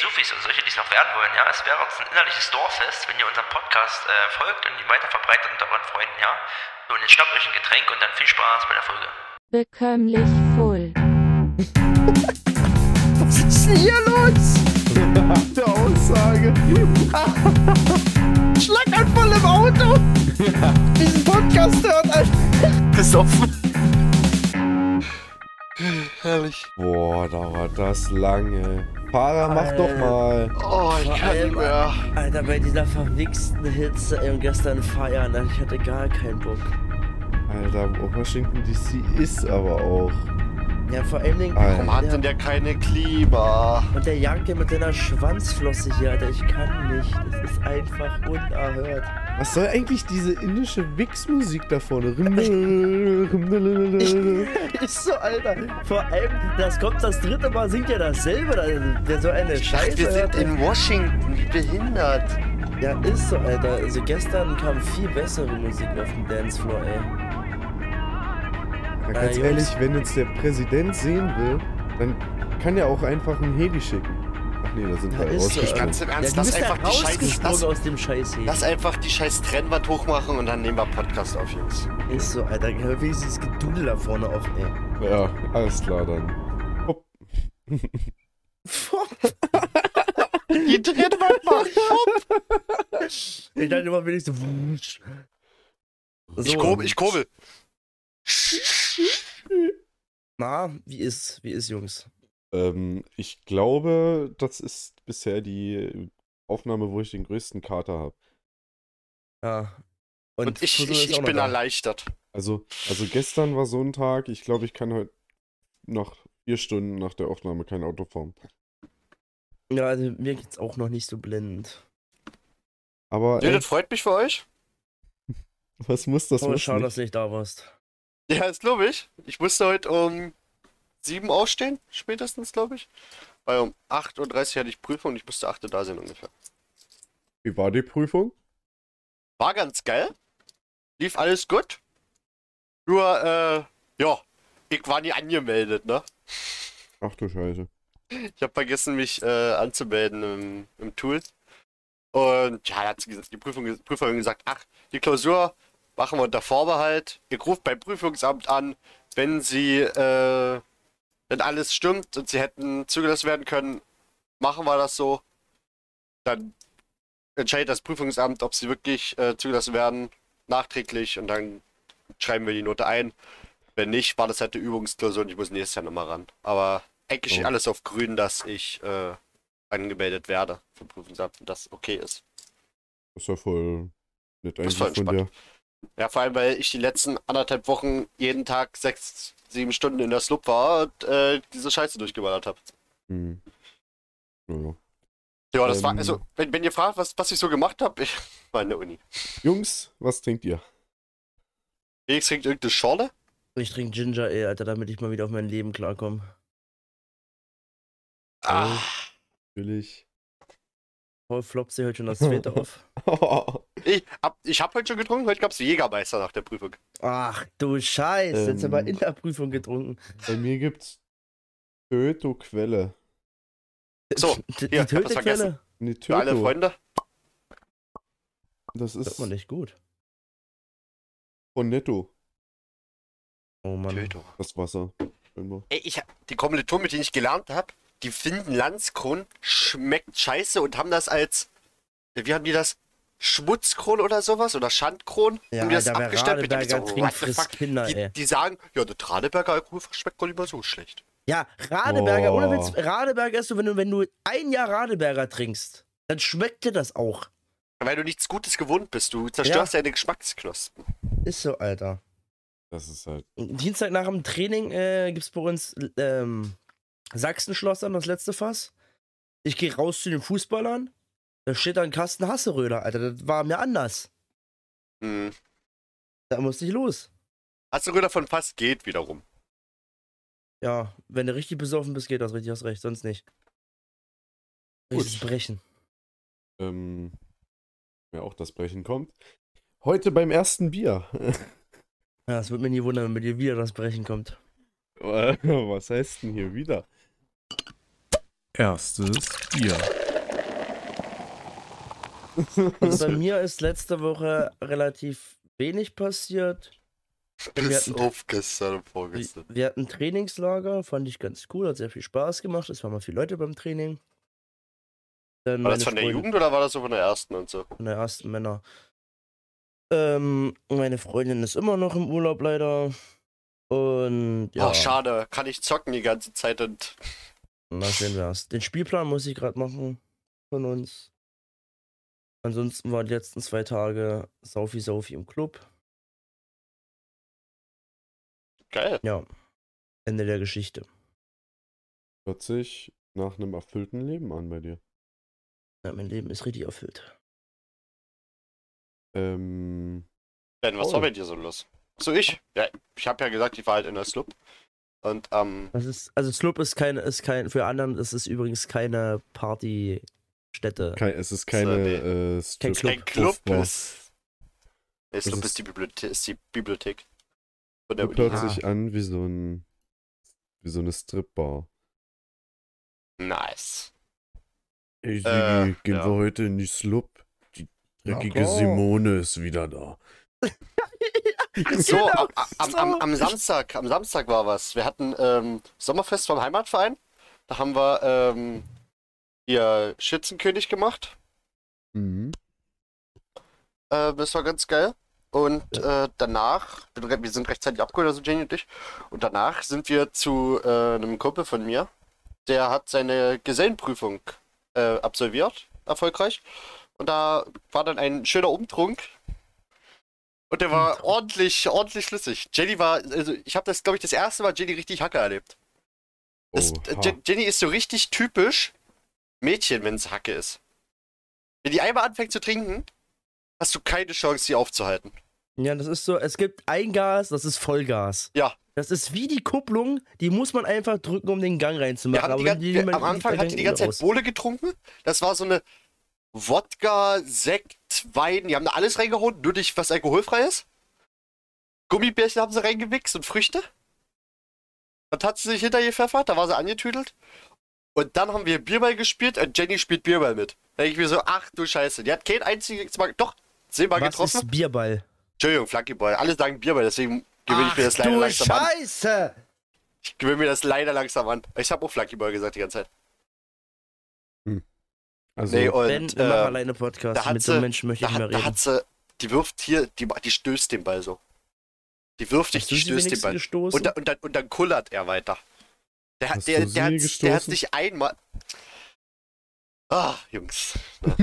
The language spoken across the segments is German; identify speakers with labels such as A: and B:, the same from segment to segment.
A: Sufis und solche, die es noch werden wollen, ja, es wäre uns ein innerliches Dorffest, wenn ihr unserem Podcast äh, folgt und ihn weiter verbreitet unter euren Freunden, ja. So, und jetzt schnappt euch ein Getränk und dann viel Spaß bei der Folge.
B: Bekömmlich voll.
C: Was ist denn hier los? Mit der Aussage. Schlag einfach im Auto. Diesen Podcast hört ein.
D: besoffen.
C: Boah, dauert das lange. Para, mach
E: Alter.
C: doch mal.
D: Oh, ich
E: Vor
D: kann
E: allem,
D: nicht mehr.
E: Alter, bei dieser verwichsten Hitze eben gestern feiern, Alter, ich hatte gar keinen Bock.
C: Alter, oh, Washington DC ist aber auch.
E: Ja, vor allen Dingen.
C: Alter.
D: Warum hat denn der keine Klima?
E: Und der jankt hier mit seiner Schwanzflosse hier, Alter, ich kann nicht. Das ist einfach unerhört.
C: Was soll eigentlich diese indische Wix-Musik da vorne? Rimdel, rimdel, rimdel.
E: Ist so, Alter. Vor allem, das kommt das dritte Mal, singt ja dasselbe. da- Der so eine Scheiße.
D: Wir sind
E: hört, ey.
D: in Washington, wie behindert.
E: ja, ist so, Alter. Also gestern kam viel bessere Musik auf dem Dancefloor, ey.
C: Na, ganz
E: Jungs.
C: ehrlich, wenn uns der Präsident sehen will, dann kann er auch einfach einen Heli schicken. Ach nee, da sind
E: Ja,
C: wir
E: ist so.
C: rausgesprungen.
D: Ganz im
E: Ja,
D: Ernst,
E: du
D: lass
E: bist ja
D: einfach die Scheiße.
E: rausgesprungen
D: Lass,
E: aus dem Scheiß hier.
D: lass einfach die scheiß Trennwand hochmachen und dann nehmen wir Podcast auf, Jungs.
E: Ist so, Alter. Hör wenigstens das Gedudel da vorne auf, ey.
C: Ja, alles klar dann.
D: Die Trennwand machen.
E: Ich dachte immer wenigstens so. wusch.
D: Ich
E: So.
D: kurbel, ich kurbel.
E: Na, wie ist, wie ist, Jungs?
C: Ähm, ich glaube, das ist bisher die Aufnahme, wo ich den größten Kater habe.
E: Ja.
D: Und ich,
E: Fussel
D: ich,
E: ist auch
D: ich
E: noch
D: bin
E: da.
D: erleichtert.
C: Also, also gestern war so ein Tag, ich glaube, ich kann heute nach vier Stunden nach der Aufnahme kein Auto fahren.
E: Ja, also mir geht's auch noch nicht so blendend.
C: Aber
D: Ja,
C: ey,
D: das freut mich für euch.
C: was muss das
E: Aber
C: muss
E: schade,
C: nicht.
E: dass du nicht da warst.
D: Ja, ist glaube ich. Ich musste heute um 7 aufstehen, spätestens, glaube ich. Weil um 8.30 Uhr hatte ich Prüfung und ich musste 8 Uhr da sein ungefähr.
C: Wie war die Prüfung?
D: War ganz geil. Lief alles gut. Nur, äh, ja, ich war nie angemeldet, ne?
C: Ach du Scheiße.
D: Ich habe vergessen, mich äh, anzumelden im, im Tool. Und ja, da hat sie gesagt, die Prüfung, Prüferin gesagt, ach, die Klausur machen wir unter Vorbehalt. Ihr ruft beim Prüfungsamt an, wenn sie, äh, wenn alles stimmt und sie hätten zugelassen werden können, machen wir das so. Dann entscheidet das Prüfungsamt, ob sie wirklich äh, zugelassen werden, nachträglich und dann schreiben wir die Note ein. Wenn nicht, war das halt eine Übungsklausur und ich muss nächstes Jahr nochmal ran. Aber eigentlich steht
C: Oh.
D: alles auf grün, dass ich äh, angemeldet werde vom Prüfungsamt und das okay ist.
C: Das ist ja voll nett
D: Das
C: eigentlich
D: ist voll
C: von dir.
D: Ja, vor allem, weil ich die letzten anderthalb Wochen jeden Tag sechs, sieben Stunden in der Slup war und äh, diese Scheiße durchgeballert habe.
C: Hm. Naja.
D: Ja, das war,
C: Ähm.
D: also, wenn, wenn ihr fragt, was, was ich so gemacht habe, ich war in der Uni.
C: Jungs, was trinkt ihr?
D: Felix trinkt irgendeine Schorle.
E: Ich trinke Ginger Ale, Alter, damit ich mal wieder auf mein Leben klarkomme.
D: Ah,
C: Natürlich.
E: Paul floppt sich heute schon das zweite auf.
D: ich hab, ich hab heute schon getrunken, heute gab's Jägermeister nach der Prüfung.
E: Ach du Scheiße, jetzt haben wir
C: Ähm.
E: in der Prüfung getrunken.
C: Bei mir gibt's Töto Quelle.
D: So,
E: Die,
D: hier,
E: die
D: ich hab das
E: Tötequelle?
D: vergessen.
C: Nee,
D: Für alle
C: Töto.
D: Freunde.
C: Das
E: Hört
C: ist
E: man nicht gut.
C: von Netto,
E: Oh Mann.
D: Tötung.
C: das Wasser. Scheinbar.
D: Ey, ich, hab- die Kommilitonen, mit denen ich gelernt habe, die finden Landskron schmeckt scheiße und haben das als, wie haben die das? Schmutzkron oder sowas oder Schandkron?
E: Ja,
D: haben die das
E: Alter, wer
D: abgestempelt? Da hab ich
E: Radeberger
D: what the
E: trinkt,
D: fuck?
E: frisst Kinder,
D: die,
E: ey.
D: die sagen, ja, der Radeberger Alkohol schmeckt gar nicht mal so schlecht.
E: Ja, Radeberger, ohne
C: Boah.
E: Witz, Radeberger ist so, wenn du, wenn du ein Jahr Radeberger trinkst, dann schmeckt dir das auch.
D: Weil du nichts Gutes gewohnt bist. Du zerstörst deine Geschmacksknospen.
E: Ist so, Alter.
C: Das ist halt.
E: Dienstag nach dem Training äh, gibt es bei uns ähm, Sachsenschloss an, das letzte Fass. Ich gehe raus zu den Fußballern. Da steht da ein Kasten Hasseröder, Alter. Das war mir anders.
D: Hm.
E: Da musste ich los.
D: Hast du Röder von Fass geht wiederum.
E: Ja, wenn du richtig besoffen bist, geht das richtig aus Recht, sonst nicht.
C: Gut.
E: Richtiges Brechen.
C: Ähm, ja, auch das Brechen kommt. Heute beim ersten Bier.
E: Ja, es wird mir nie wundern, wenn mit dir wieder das Brechen kommt.
C: Was heißt denn hier wieder?
F: erstes Bier.
E: Also bei mir ist letzte Woche relativ wenig passiert. Wir
D: Bis
E: hatten-
D: auf gestern und
E: Wir-
D: vorgestern.
E: Wir hatten ein Trainingslager, fand ich ganz cool, hat sehr viel Spaß gemacht. Es waren mal viele Leute beim Training. Dann
D: War das
E: meine
D: von der
E: Freundin-
D: Jugend oder war das so von der ersten und so?
E: Von der ersten Männer. Ähm, meine Freundin ist immer noch im Urlaub leider. Und ja,
D: Ach, Oh, schade. Kann ich zocken die ganze Zeit und.
E: mal sehen wär's. Den Spielplan muss ich gerade machen von uns. Ansonsten waren die letzten zwei Tage Saufi Saufi im Club.
D: Geil.
E: Ja. Ende der Geschichte.
C: Hört sich nach einem erfüllten Leben an bei dir.
E: Ja, mein Leben ist richtig erfüllt.
C: Ähm,
D: Ben, was
C: Oh.
D: war bei dir so los? So ich? Ja, ich habe ja gesagt, ich war halt in der Slup. Und ähm,
E: Das ist, also Club ist kein, ist kein, für anderen ist es übrigens keine Partystätte.
C: kein, es ist
D: So,
C: keine
D: nee.
C: äh,
E: Kein
C: Strip-
E: Club.
D: ein Club
C: Puffbar.
D: ist. Nee, Slup
C: ist-
D: ist die Bibliothek. Ist die Bibliothek. Von der
C: Das
D: Uni.
C: hört sich an wie so ein wie so eine Stripbar.
D: Nice.
C: Ey,
D: Äh, Sigi, gehen ja. wir
C: heute in die Slup. Die
E: dreckige Na klar. Simone
C: ist wieder da.
D: So,
E: Genau,
D: am, am, am, am Samstag, am Samstag war was. Wir hatten ähm, Sommerfest vom Heimatverein. Da haben wir ähm, hier Schützenkönig gemacht.
C: Mhm.
D: Äh, das war ganz geil. Und äh, danach, bin re- wir sind rechtzeitig abgeholt, also Jenny und ich. Und danach sind wir zu äh, einem Kumpel von mir. Der hat seine Gesellenprüfung äh, absolviert, erfolgreich. Und da war dann ein schöner Umtrunk. Und der war ordentlich, ordentlich schlüssig. Jenny war, also ich habe das, glaube ich, das erste Mal Jenny richtig Hacke erlebt. Das, äh,
C: Oha.
D: Je- Jenny ist so richtig typisch Mädchen, wenn es Hacke ist. Wenn die einmal anfängt zu trinken, hast du keine Chance, sie aufzuhalten.
E: Ja, das ist so, es gibt Eingas, das ist Vollgas.
D: Ja.
E: Das ist wie die Kupplung, die muss man einfach drücken, um den Gang
D: Wir
E: reinzumachen.
D: haben die
E: wenn
D: gan- wir,
E: man-
D: am Anfang
E: dann
D: hat die die ganze
E: raus.
D: Zeit Bohle getrunken. Das war so eine Wodka, Sekt, Wein. Die haben da alles reingehauen, nur nicht was alkoholfrei ist. Gummibärchen haben sie reingewichst und Früchte. Dann hat sie sich hinter ihr pfeffert, da war sie angetüdelt. Und dann haben wir Bierball gespielt und Jenny spielt Bierball mit. Da denke ich mir so, ach du Scheiße, die hat kein einziges Mal, doch, zehnmal
E: Was
D: getroffen.
E: ist Bierball?
D: Entschuldigung, Flankyball, alle sagen Bierball, deswegen gewöhne ich mir das leider
E: du
D: langsam an.
E: Scheiße!
D: Ich gewöhne mir das leider langsam an. Ich habe auch Flankyball gesagt die ganze Zeit.
C: Also,
D: nee,
E: ben,
D: und
E: wir machen
D: äh,
E: alleine
D: da
E: Podcast,
D: hat
E: mit so einem
D: sie-
E: Menschen möchte
D: da,
E: ich nicht mehr
D: hat, da
E: reden.
D: hat sie, die wirft hier, die, die stößt den Ball so. Die wirft dich,
E: Hast du
D: die
E: sie
D: stößt den
E: wenigstens
D: Ball.
E: gestoßen?
D: Und, dann- und, dann, und dann kullert er weiter. Der, hat-
C: Hast
D: der,
C: du sie
D: der, hat, der hat
C: gestoßen?
D: nicht einmal... Ah, Jungs.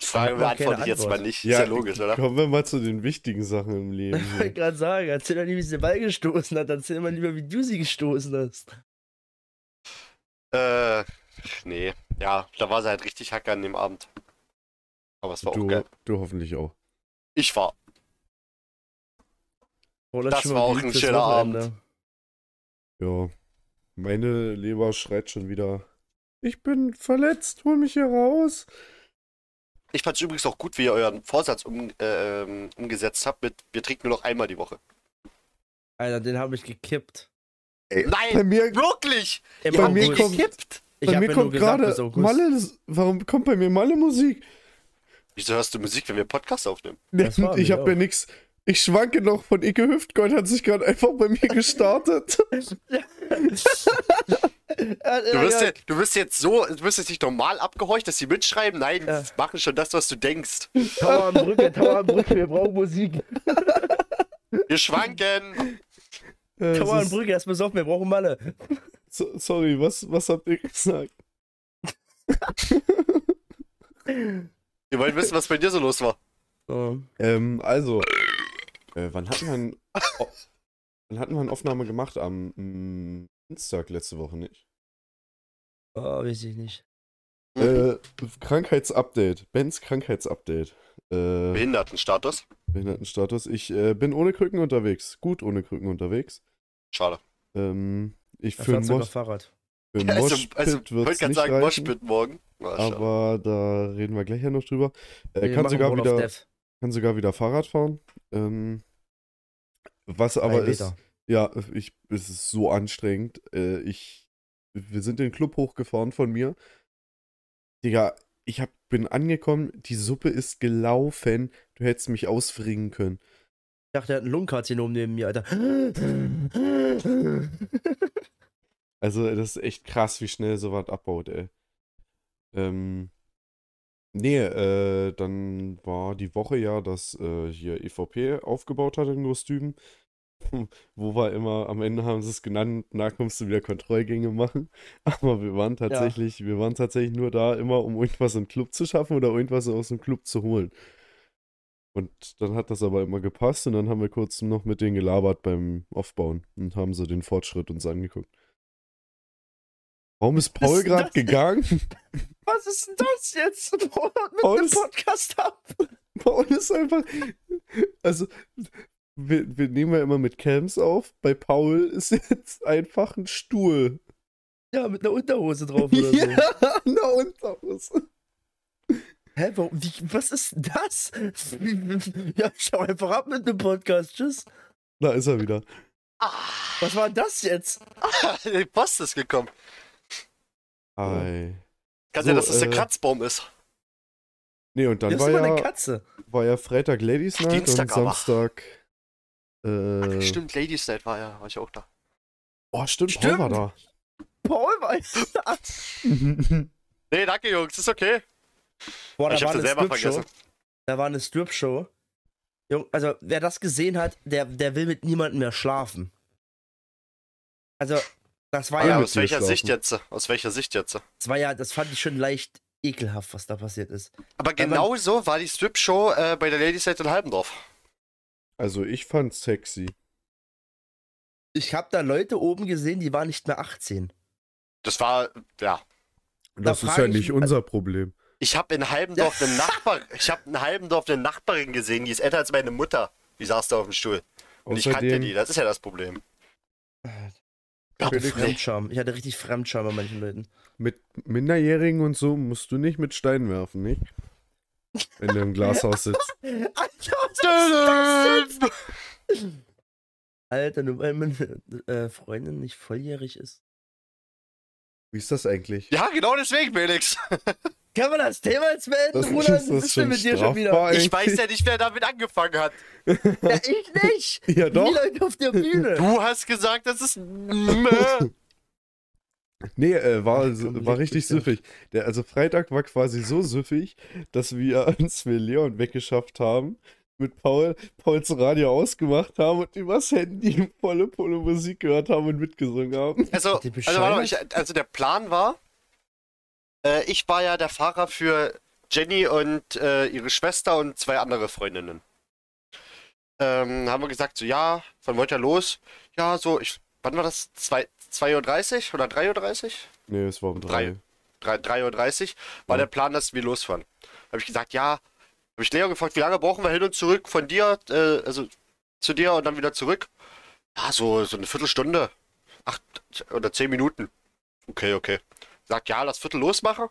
D: Die Frage
E: hat man keine
D: beantworte ich jetzt
E: Antwort.
D: mal nicht.
C: ja,
D: Ist ja logisch, oder?
C: Kommen wir mal zu den wichtigen Sachen im Leben.
E: ich
C: hier.
E: wollte gerade sagen, erzähl doch nicht, wie sie den Ball gestoßen hat, erzähl mal lieber, wie du sie gestoßen hast.
D: Äh, nee. Ja, da war sie halt richtig hacker an dem Abend. Aber es war auch
C: du,
D: geil.
C: du hoffentlich auch.
D: Ich war.
E: Vorletztes
D: Das
E: Mal
D: war auch ein
E: geliebtes
D: schöner
E: Wochenende.
C: Ja. Meine Leber schreit schon wieder. Ich bin verletzt, hol mich hier raus.
D: Ich fand's übrigens auch gut, wie ihr euren Vorsatz um, äh, ähm, umgesetzt habt mit wir trinken nur noch einmal die Woche.
E: Alter, den habe ich gekippt.
C: Bei
D: Nein,
C: mir,
D: wirklich!
E: Im
D: Ihr habt
C: mir
D: nicht
E: August.
C: kommt-
D: gekippt!
E: ich
C: bei
E: hab
C: mir
E: ja nur
C: kommt
E: gesagt,
C: gerade
E: bis August.
C: Malle. das- Warum kommt bei mir Malle Musik?
D: Wieso hörst du Musik, wenn wir Podcast aufnehmen?
E: Das war
C: ich
E: mir
C: habe ja
E: auch.
C: nix. Ich schwanke noch von Icke Hüftgold, hat sich gerade einfach bei mir gestartet.
D: Du wirst, ja, du wirst jetzt so, du wirst jetzt nicht normal abgehorcht, dass sie mitschreiben. Nein,
E: Ja.
D: die machen schon das, was du denkst.
E: Tower am Brücke, Tower am Brücke, wir brauchen Musik.
D: Wir schwanken!
C: Äh,
E: Tower am
C: so-
E: Brücke, erst besoffen, wir brauchen Malle.
C: so, sorry, was, was habt ihr gesagt?
D: Wir wollen wissen, was bei dir so los war.
E: So.
C: Ähm, also, äh, wann hatten wir ein, oh, wann hatten wir eine Aufnahme gemacht? Am mm, Dienstag letzte Woche, nicht?
E: Oh, weiß ich nicht.
D: Mhm.
C: Äh, Krankheitsupdate. Bens Krankheitsupdate. Äh,
D: Behindertenstatus.
C: Behindertenstatus. Ich äh, bin ohne Krücken unterwegs. Gut ohne Krücken unterwegs.
D: Schade.
C: Ähm, ich
E: Das
C: für
E: hat
C: ein
E: sogar
C: Mosh,
E: Fahrrad.
C: für ein
D: Also,
C: Moshpit
D: also ich wollte
C: wird's
D: gerade
C: nicht
D: sagen,
C: reichen.
D: Moshpit morgen. Na, schade.
C: Aber da reden wir gleich ja noch drüber. Äh,
E: Wir
C: kann,
E: machen
C: sogar
E: Roll of
C: wieder,
E: Death.
C: kann sogar wieder Fahrrad fahren. Ähm, was aber
E: Ein
C: ist,
E: Meter.
C: ja, ich, es ist so anstrengend. Äh, ich wir sind den Club hochgefahren von mir. Digga, ich hab, bin angekommen, die Suppe ist gelaufen. Du hättest mich ausfringen können.
E: Ich dachte, er hat ein Lungenkarzinom neben mir, Alter.
C: Also, das ist echt krass, wie schnell sowas abbaut, ey. Ähm, nee, äh, dann war die Woche ja, dass äh, hier EVP aufgebaut hat in Kostümen. Wo war immer, am Ende haben sie es genannt, na kommst du wieder Kontrollgänge machen. Aber wir waren tatsächlich, wir waren tatsächlich nur da, immer um irgendwas im Club zu schaffen oder irgendwas aus dem Club zu holen. Und dann hat das aber immer gepasst und dann haben wir kurz noch mit denen gelabert beim Aufbauen und haben so den Fortschritt uns angeguckt. Warum ist Paul
E: ist denn
C: gerade
E: das?
C: gegangen?
E: Was ist denn das jetzt? Paul hat mit
C: Paul
E: dem
C: ist-
E: Podcast ab.
C: Paul ist einfach. Also, wir, wir nehmen ja immer mit Cams auf. Bei Paul ist jetzt einfach ein Stuhl.
E: Ja, mit einer Unterhose drauf oder so.
C: Ja, na und aus.
E: Hä, warum, wie, was ist denn das? Ja, ich schau einfach ab mit dem Podcast. Tschüss.
C: Da ist er wieder.
E: Was war das jetzt?
D: Die Post ist gekommen.
C: Ei.
D: Kann
C: So,
D: ja, dass das
C: äh,
D: der Kratzbaum ist.
C: Nee, und dann
E: Nimmst
C: war
E: du mal eine
C: ja,
E: Katze?
C: war ja Freitag Ladies Night
D: Dienstag
C: und
D: aber.
C: Samstag. Äh,
D: Ach, stimmt, Ladies Night war ja, war ich auch da.
C: Oh, stimmt,
E: Stimmt.
C: Paul war
E: Paul war
C: da.
D: Nee, danke, Jungs, ist okay.
E: Boah,
D: ich hab's ja selber
E: Stripshow.
D: vergessen.
E: Da war eine Strip-Show. Jung- Also, wer das gesehen hat, der, der will mit niemandem mehr schlafen. Also, das war
D: Ah,
E: ja,
D: ja,
C: mit
D: aus
C: dir
D: welcher
C: schlafen.
D: Sicht jetzt? Aus welcher Sicht jetzt?
E: das war ja, das fand ich schon leicht ekelhaft, was da passiert ist.
D: Aber genau so war die Strip-Show äh, bei der Ladies Night in Halbendorf.
C: Also, ich fand's sexy.
E: Ich habe da Leute oben gesehen, die waren nicht mehr 18.
D: Das war, ja.
C: Das ist
E: frag
C: ja
E: ich
C: nicht
E: mich-
C: unser Problem.
D: Ich habe in Halbendorf eine Nachbar, ich habe in Halbendorf eine Nachbarin gesehen, die ist älter als meine Mutter. Die saß da auf dem Stuhl. Und ich kannte die,
C: Außerdem,
D: das ist ja das Problem.
E: Ich hatte
D: Felix.
E: Fremdscham. Ich hatte richtig Fremdscham bei manchen Leuten.
C: mit Minderjährigen und so musst du nicht mit Steinen werfen, nicht? Wenn du im Glashaus sitzt.
E: Alter, nur weil meine äh, Freundin nicht volljährig ist.
C: Wie ist das eigentlich?
D: Ja, genau deswegen, Felix.
E: Kann man das Thema jetzt beenden,
C: Das-
E: Roland?
C: ist das
E: Was ist denn
C: schon
E: mit dir schon wieder?
C: strafbar?
D: Ich weiß ja nicht, wer damit angefangen hat.
E: Ja, ich nicht!
C: Ja,
E: Die
C: doch.
E: Leute auf der Bühne!
D: Du hast gesagt, das ist.
C: Nee, äh, war,
E: Ach, komm,
C: war
E: leg
C: richtig
E: dich doch.
C: süffig. Der, also Freitag war quasi so süffig, dass wir, als wir Leon weggeschafft haben, mit Paul, Pauls Radio ausgemacht haben und übers Handy volle Pulle Musik gehört haben und mitgesungen haben.
D: Also,
E: Seid ihr
D: also, warte mal,
E: bescheuert?
D: ich, also der Plan war, äh, ich war ja der Fahrer für Jenny und äh, ihre Schwester und zwei andere Freundinnen. Ähm, haben wir gesagt, so ja, wann wollt ihr los? Ja, so, ich, wann war das? Zwei- 2.30 Uhr oder 3.30 Uhr?
C: Nee, es war um
D: Drei.
C: drei.
D: drei- 3.30 Uhr war
C: Ja.
D: der Plan, dass wir losfahren. Habe ich gesagt, ja. Habe ich Leo gefragt, wie lange brauchen wir hin und zurück von dir, äh, also zu dir und dann wieder zurück? Ja, so, so eine Viertelstunde. Acht oder zehn Minuten. Okay, okay. Sagt, ja, lass Viertel losmachen.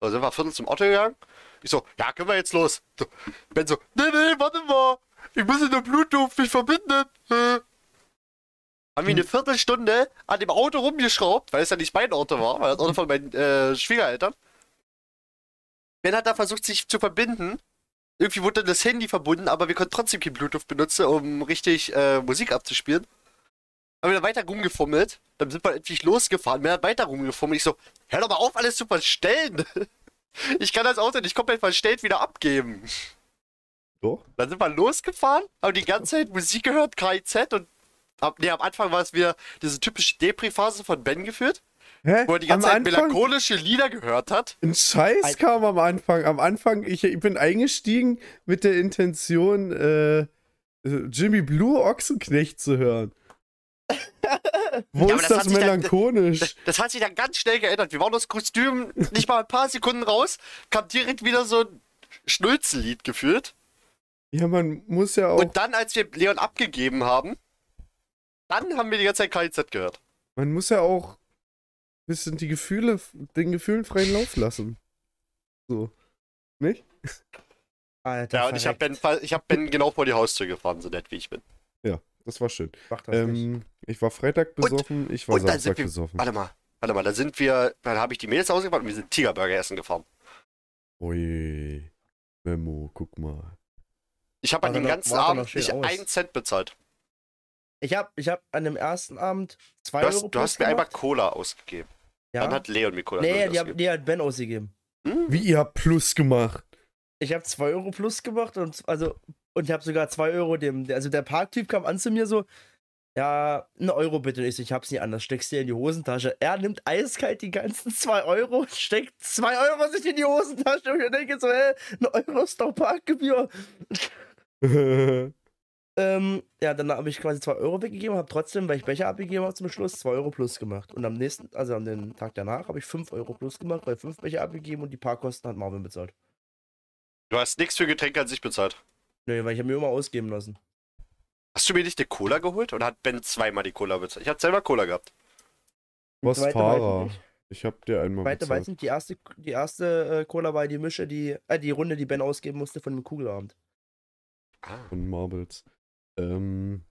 D: Da sind wir Viertel zum Otto gegangen. Ich so, ja, können wir jetzt los. So, Ben so, nee, nee, warte mal. Ich muss in der Bluetooth mich verbinden. Äh. Haben wir eine Viertelstunde an dem Auto rumgeschraubt, weil es ja nicht mein Auto war, weil das Auto von meinen äh, Schwiegereltern. Ben hat da versucht, sich zu verbinden. Irgendwie wurde dann das Handy verbunden, aber wir konnten trotzdem kein Bluetooth benutzen, um richtig äh, Musik abzuspielen. Haben wir dann weiter rumgefummelt. Dann sind wir endlich losgefahren. Wir haben weiter rumgefummelt. Ich so, hör doch mal auf, alles zu verstellen. Ich kann das Auto nicht komplett verstellt wieder abgeben.
C: Doch?
D: Dann sind wir losgefahren, haben die ganze Zeit Musik gehört, KIZ und ab, nee, am Anfang war es wieder diese typische Depri-Phase von Ben geführt,
C: Hä?
D: wo er die ganze
C: Am
D: Zeit
C: Anfang?
D: melancholische Lieder gehört hat.
C: Ein Scheiß
E: Ein-
C: kam am Anfang. Am Anfang, ich, ich bin eingestiegen mit der Intention, äh, äh, Jimmy Blue Ochsenknecht zu hören. Wo
D: Ja,
C: ist
D: aber das
C: das,
D: hat sich dann- Das,
C: melancholisch?
D: das hat sich dann ganz schnell geändert. Wir waren aus Kostüm nicht mal ein paar Sekunden raus, kam direkt wieder so ein Schnulzenlied gefühlt.
C: ja, man muss ja auch,
D: Und dann, als wir Leon abgegeben haben, dann haben wir die ganze Zeit KIZ gehört.
C: man muss ja auch ein bisschen die Gefühle, den Gefühlen freien Lauf lassen. So. Nicht?
E: Alter,
D: Ja, und ich habe
E: verreckt.
D: ben, ich hab ben genau vor die Haustür gefahren, so nett wie ich bin.
C: Hm. Ja, das war schön.
E: Mach das nicht.
C: Ähm, ich war Freitag besoffen, ich war
D: und dann sind
C: Samstag
D: wir-
C: besoffen.
D: Warte mal. Warte mal, da sind wir, da habe ich die Mädels ausgepackt und wir sind Tigerburger essen gefahren.
C: Ui. Memo, guck mal.
D: Ich habe an
E: Warte
D: dem
E: noch-
D: ganzen
E: warte noch
D: Abend
E: schön
D: nicht
E: aus.
D: einen Cent bezahlt.
E: Ich habe ich hab an dem ersten Abend zwei
D: Du hast,
E: Euro
D: du hast mir
E: plus
D: einmal
E: gemacht.
D: Cola ausgegeben.
E: ja.
D: Dann hat Leon mir Cola
E: Nee, die,
D: ausgegeben.
E: hab, die hat Ben ausgegeben.
D: Hm?
C: Wie ihr habt Plus gemacht.
E: Ich habe 2 Euro plus gemacht und also und ich habe sogar 2 Euro dem. der- Also der Parktyp kam an zu mir so, ja, ein Euro bitte. Und ich so, ich hab's nicht anders, steckst dir in die Hosentasche. Er nimmt eiskalt die ganzen 2 Euro, steckt 2 Euro sich in die Hosentasche und ich denke so, hä, ein Euro ist doch Parkgebühr. Ähm, ja, dann habe ich quasi 2 Euro weggegeben, habe trotzdem, weil ich Becher abgegeben habe, zum Schluss 2 Euro plus gemacht. Und am nächsten, also am den Tag danach, habe ich 5 Euro plus gemacht, weil 5 Becher abgegeben und die Parkkosten hat Marvin bezahlt.
D: Du hast nichts für Getränke an sich bezahlt.
E: Nö, weil ich habe mir immer ausgeben lassen.
D: Hast du mir nicht eine Cola geholt oder hat Ben zweimal die Cola bezahlt? Ich habe selber Cola gehabt.
C: Was
E: Zweite weiß ich
C: Fahrer?
E: nicht.
C: Ich hab dir einmal
E: Zweite weiß
C: bezahlt.
E: nicht, die erste, die erste äh, Cola war die Mische, die, äh, die Runde, die Ben ausgeben musste von dem Kugelabend.
C: Von Marbles. Ähm.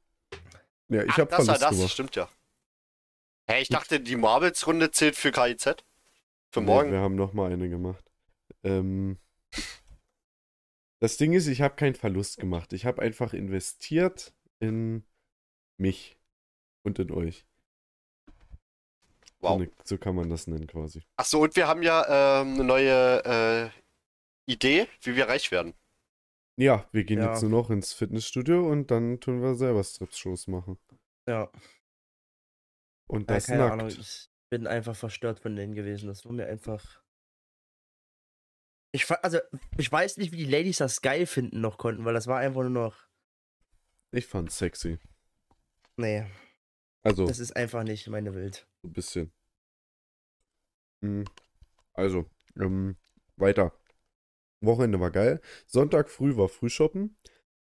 C: Ja, ich
D: Ach,
C: hab
D: Ah, das war
C: Verlust
D: das,
C: gemacht.
D: stimmt ja. Hä, ich dachte, die Marbles-Runde zählt für KIZ. Für
C: Nee,
D: morgen.
C: wir haben nochmal eine gemacht. Ähm, das Ding ist, ich habe keinen Verlust gemacht. Ich habe einfach investiert in mich und in euch. So
D: Wow.
C: ne- So kann man das nennen quasi.
D: Ach so, und wir haben ja ähm, eine neue äh, Idee, wie wir reich werden.
C: Ja, wir gehen
E: Ja.
C: jetzt nur noch ins Fitnessstudio und dann tun wir selber Strips-Shows machen.
E: Ja,
C: Und
E: ja,
C: das
E: keine Ahnung.
C: nackt.
E: Ich bin einfach verstört von denen gewesen. Das war mir einfach. Ich, fa- also, ich weiß nicht, wie die Ladies das geil finden noch konnten, weil das war einfach nur noch.
C: Ich fand's sexy.
E: Nee,
C: Also,
E: das ist einfach nicht meine Welt.
C: so ein bisschen. Mm, Also, ähm, weiter. Wochenende war geil. Sonntag früh war Frühshoppen.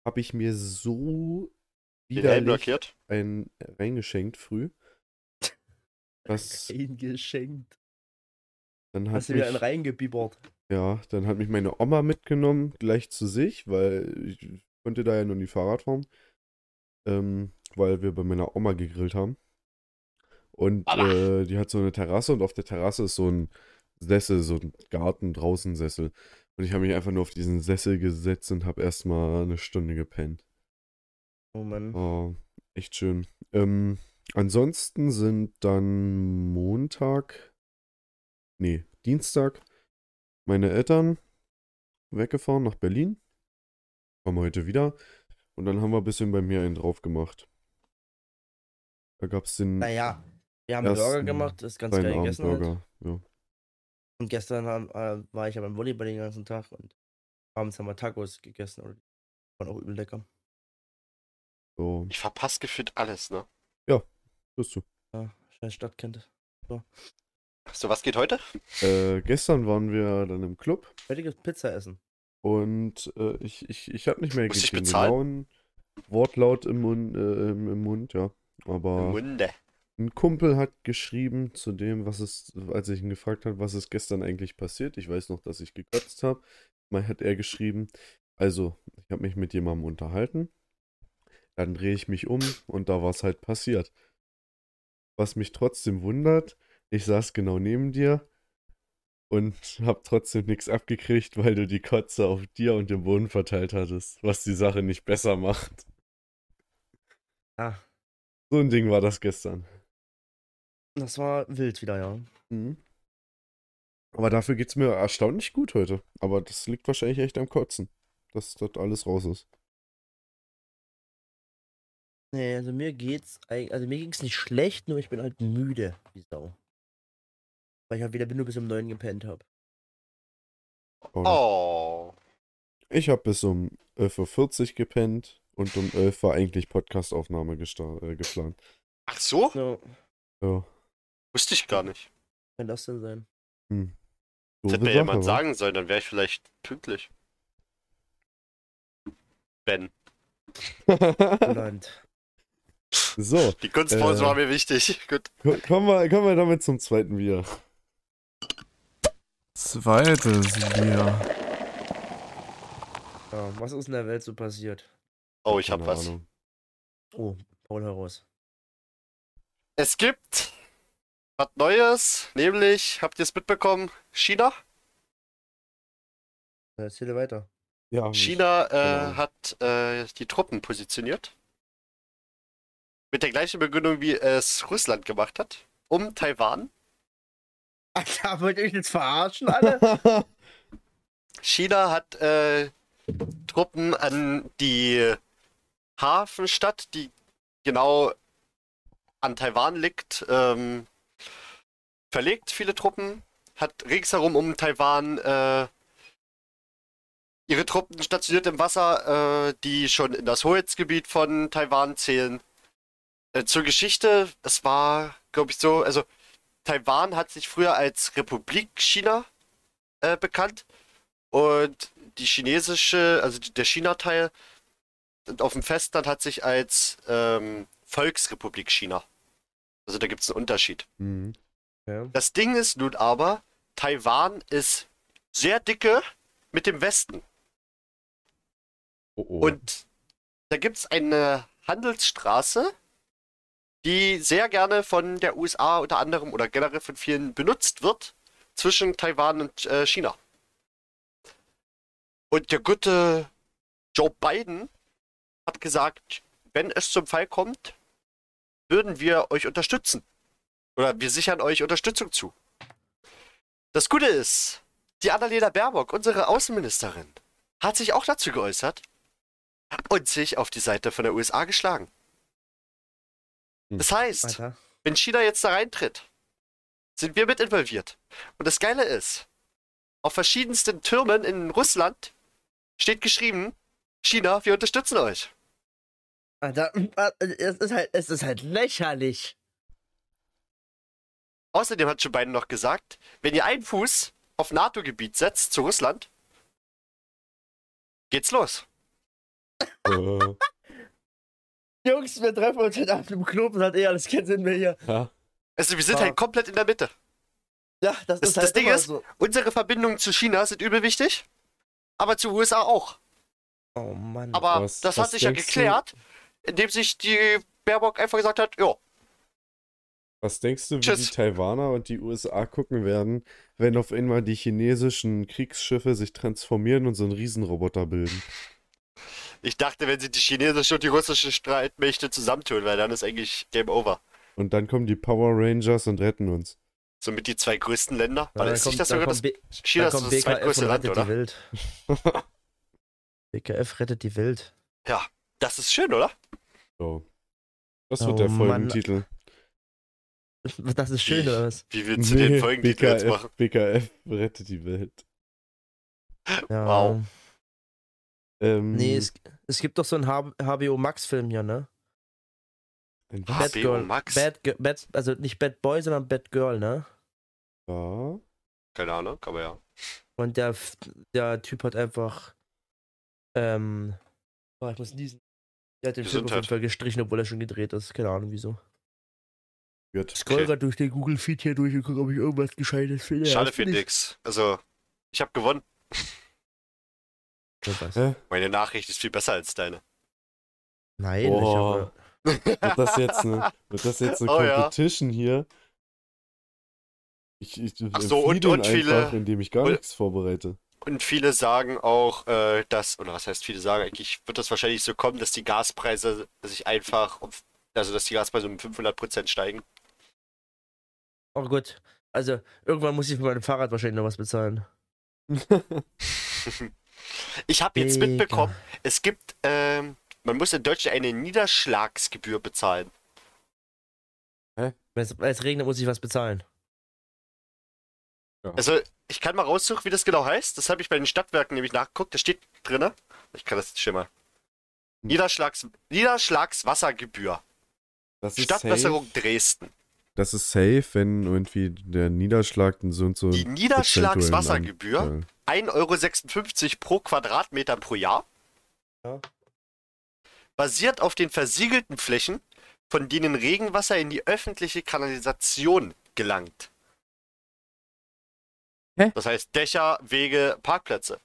C: Habe ich mir so
D: Die Helm
C: widerlich
D: blockiert.
C: ein reingeschenkt früh. Das,
E: Ihnen geschenkt.
C: dann hat
E: Hast du wieder einen
C: mich,
E: reingebiebert?
C: ja, dann hat mich meine Oma mitgenommen, gleich zu sich, weil ich konnte da ja nur nie Fahrrad fahren. Ähm, weil wir bei meiner Oma gegrillt haben. Und
D: Aber-
C: äh, die hat so eine Terrasse und auf der Terrasse ist so ein Sessel, so ein Garten draußen Sessel. Und ich habe mich einfach nur auf diesen Sessel gesetzt und habe erstmal eine Stunde gepennt.
E: Oh Mann.
C: Oh, echt schön. Ähm, ansonsten sind dann Montag, nee, Dienstag, meine Eltern weggefahren nach Berlin. Kommen heute wieder. Und dann haben wir ein bisschen bei mir einen drauf gemacht. Da gab es den
E: Naja, wir haben
C: Ersten
E: Burger gemacht, das ist ganz geil
C: kleinen
E: gegessen. Halt.
C: Abendburger. Ja.
E: Und gestern haben, äh, war ich ja beim Volleyball den ganzen Tag und abends haben wir Tacos gegessen. Und waren auch übel lecker.
C: So,
D: Ich verpasse gefühlt alles, ne?
C: bist du.
E: Ja, scheiß Stadtkind.
D: So, was geht heute?
C: Äh, gestern waren wir dann im Club
E: Heute gibt's Pizza essen.
C: und äh, ich, ich, ich habe nicht mehr
D: Muss ich
C: den
D: bezahlen?
C: genauen Wortlaut im Mund, äh, im, im Mund, ja. Aber.
D: Munde.
C: Ein Kumpel hat geschrieben zu dem, was es, als ich ihn gefragt habe, was ist gestern eigentlich passiert. Ich weiß noch, dass ich gekotzt habe. Mal hat er geschrieben, also ich habe mich mit jemandem unterhalten, dann drehe ich mich um und da war es halt passiert. Was mich trotzdem wundert, ich saß genau neben dir und habe trotzdem nichts abgekriegt, weil du die Kotze auf dir und dem Boden verteilt hattest, was die Sache nicht besser macht.
E: Ah,
C: So ein Ding war das gestern.
E: das war wild wieder, ja.
C: Mhm. Aber dafür geht's mir erstaunlich gut heute. Aber das liegt wahrscheinlich echt am Kotzen, dass dort alles raus ist.
E: Nee, also mir geht's, eig- also mir ging's nicht schlecht, nur ich bin halt müde, wie Sau. Weil ich halt wieder nur bis um neun gepennt habe.
D: Oh.
C: Ich habe bis um 11.40 Uhr gepennt und um 11 war eigentlich Podcastaufnahme gesta- äh, geplant.
D: Ach so?
E: So,
C: Ja.
D: Wusste ich gar nicht.
E: kann das denn sein?
C: Hm. Doofe
D: Das hätte mir jemand
C: Sache, wa?
D: sagen sollen, dann wäre ich vielleicht pünktlich. Ben.
E: Holland.
C: so,
D: Die Kunstpause
C: Äh.
D: war mir wichtig. Gut.
C: ko- kommen wir, kommen wir damit zum zweiten Bier.
F: Zweites Bier.
E: Ja, was ist in der Welt so passiert?
D: Oh, ich hab
C: Keine
D: was.
C: Ahnung.
E: Oh, Paul heraus.
D: Es gibt Was Neues, nämlich, habt ihr es mitbekommen, China?
E: Ja, Erzähle weiter.
C: Ja,
D: China äh,
C: Genau.
D: hat äh, die Truppen positioniert. Mit der gleichen Begründung, wie es Russland gemacht hat. Um Taiwan.
E: Alter, wollt ihr euch jetzt verarschen, alle?
D: China hat äh, Truppen an die Hafenstadt, die genau an Taiwan liegt, ähm, verlegt viele Truppen, hat ringsherum um Taiwan äh, ihre Truppen stationiert im Wasser, äh, die schon in das Hoheitsgebiet von Taiwan zählen. Äh, zur Geschichte, es war, glaube ich, so, also Taiwan hat sich früher als Republik China äh, bekannt. Und die chinesische, also die- der China-Teil auf dem Festland hat sich als ähm, Volksrepublik China. Also da gibt es einen Unterschied.
C: Mhm.
E: Ja.
D: Das Ding ist nun aber, Taiwan ist sehr dicke mit dem Westen.
C: Oh, oh.
D: Und da gibt es eine Handelsstraße, die sehr gerne von der USA unter anderem oder generell von vielen benutzt wird, zwischen Taiwan und äh, China. Und der gute Joe Biden hat gesagt, wenn es zum Fall kommt, würden wir euch unterstützen. Oder wir sichern euch Unterstützung zu. Das Gute ist, die Annalena Baerbock, unsere Außenministerin, hat sich auch dazu geäußert und sich auf die Seite von der USA geschlagen.
C: Hm.
D: Das heißt,
E: Alter.
D: wenn China jetzt da reintritt, sind wir mit involviert. Und das Geile ist, auf verschiedensten Türmen in Russland steht geschrieben, China, wir unterstützen euch.
E: Alter, Ah, es ist halt, es ist halt lächerlich.
D: Außerdem hat Joe Biden noch gesagt, wenn ihr einen Fuß auf NATO-Gebiet setzt zu Russland, geht's los.
C: Äh,
E: Jungs, wir treffen uns heute Abend im Club, das hat eh alles keinen Sinn mehr hier.
C: ha?
D: Also wir sind
E: Ah.
D: halt komplett in der Mitte.
E: Ja, das,
D: Das-
E: ist halt
D: das Ding
E: immer
D: ist-
E: so.
D: Unsere Verbindungen zu China sind übel wichtig, aber zu USA auch.
E: Oh Mann.
D: Aber
C: Was-
D: das
C: was
D: hat sich ja
C: denkst du-
D: geklärt, indem sich die Baerbock einfach gesagt hat, ja,
C: Was denkst du, wie
D: Tschüss.
C: die Taiwaner und die USA gucken werden, wenn auf einmal die chinesischen Kriegsschiffe sich transformieren und so einen Riesenroboter bilden?
D: Ich dachte, wenn sie die chinesische und die russische Streitmächte zusammentun, weil dann ist eigentlich Game Over.
C: Und dann kommen die Power Rangers und retten uns.
D: Somit die zwei größten Länder.
E: Ja,
D: Weil
E: dann
D: ist
E: kommt-
D: nicht das
E: dann
D: sogar das
E: kommt B-
D: China
E: dann
D: ist
E: kommt
D: das zweitgrößte
E: und
D: Land,
E: rettet
D: oder?
E: die Welt. BKF rettet die Welt.
D: Das ist schön, oder?
C: So. Das
E: Oh
C: wird der
E: Mann.
C: Folgentitel.
E: Das ist schön, oder was?
D: Wie wir zu den Folgen, die wir jetzt machen.
C: BKF rettet die Welt.
E: Ja.
D: Wow.
C: Ähm,
E: Nee, es, es gibt doch so einen H- HBO Max-Film hier, ne?
C: ein
D: Bad- HBO Max?
E: Bad, Girl- Bad, also nicht Bad Boy, sondern Bad Girl, ne?
C: Wasser.
D: Keine Ahnung, aber ja.
E: Und der, F- der Typ hat einfach. Ähm. Oh, ich muss niesen. Der hat den Film auf jeden
D: Gesundheit.
E: Fall gestrichen, obwohl er schon gedreht ist. Keine Ahnung wieso.
C: Gut.
E: Scroll grad durch den Google-Feed hier durch und guck, ob ich irgendwas Gescheites finde.
D: Schade
E: Hast du
D: für
E: nicht?
D: nix. Also, ich habe gewonnen.
E: Ja, was?
C: Hä?
D: Meine Nachricht ist viel besser als deine.
E: Nein, ich habe.
C: Boah. Wird das jetzt eine, wird das jetzt eine
D: Oh ja.
C: Competition hier? Ich, ich
D: Ach
C: entfliehe
D: so, und-
C: den
D: und viele-
C: einfach, indem ich gar
D: und-
C: nichts vorbereite.
D: Und viele sagen auch, äh, dass, oder was heißt viele sagen, eigentlich wird das wahrscheinlich so kommen, dass die Gaspreise sich einfach, um, also dass die Gaspreise um 500% steigen.
E: Oh Gott. Also, irgendwann muss ich für mein Fahrrad wahrscheinlich noch was bezahlen.
D: Ich habe jetzt
E: Digga.
D: mitbekommen, Es gibt, ähm, man muss in Deutschland eine Niederschlagsgebühr bezahlen.
E: Wenn es, wenn es regnet, muss ich was bezahlen.
D: Also, ich kann mal raussuchen, wie das genau heißt. Das habe ich bei den Stadtwerken nämlich nachgeguckt. Das steht drin. Ich kann das jetzt
C: Hm.
D: schon mal. Niederschlags, Niederschlagswassergebühr.
C: Das ist safe.
D: Stadtwässerung Dresden.
C: Das ist safe, wenn irgendwie der Niederschlag dann so und so.
D: Die
C: einen
D: Niederschlagswassergebühr,
C: prozentuellen
D: 1,56 Euro pro Quadratmeter pro Jahr.
E: Ja.
D: Basiert auf den versiegelten Flächen, von denen Regenwasser in die öffentliche Kanalisation gelangt.
C: Hä?
D: Das heißt Dächer, Wege, Parkplätze.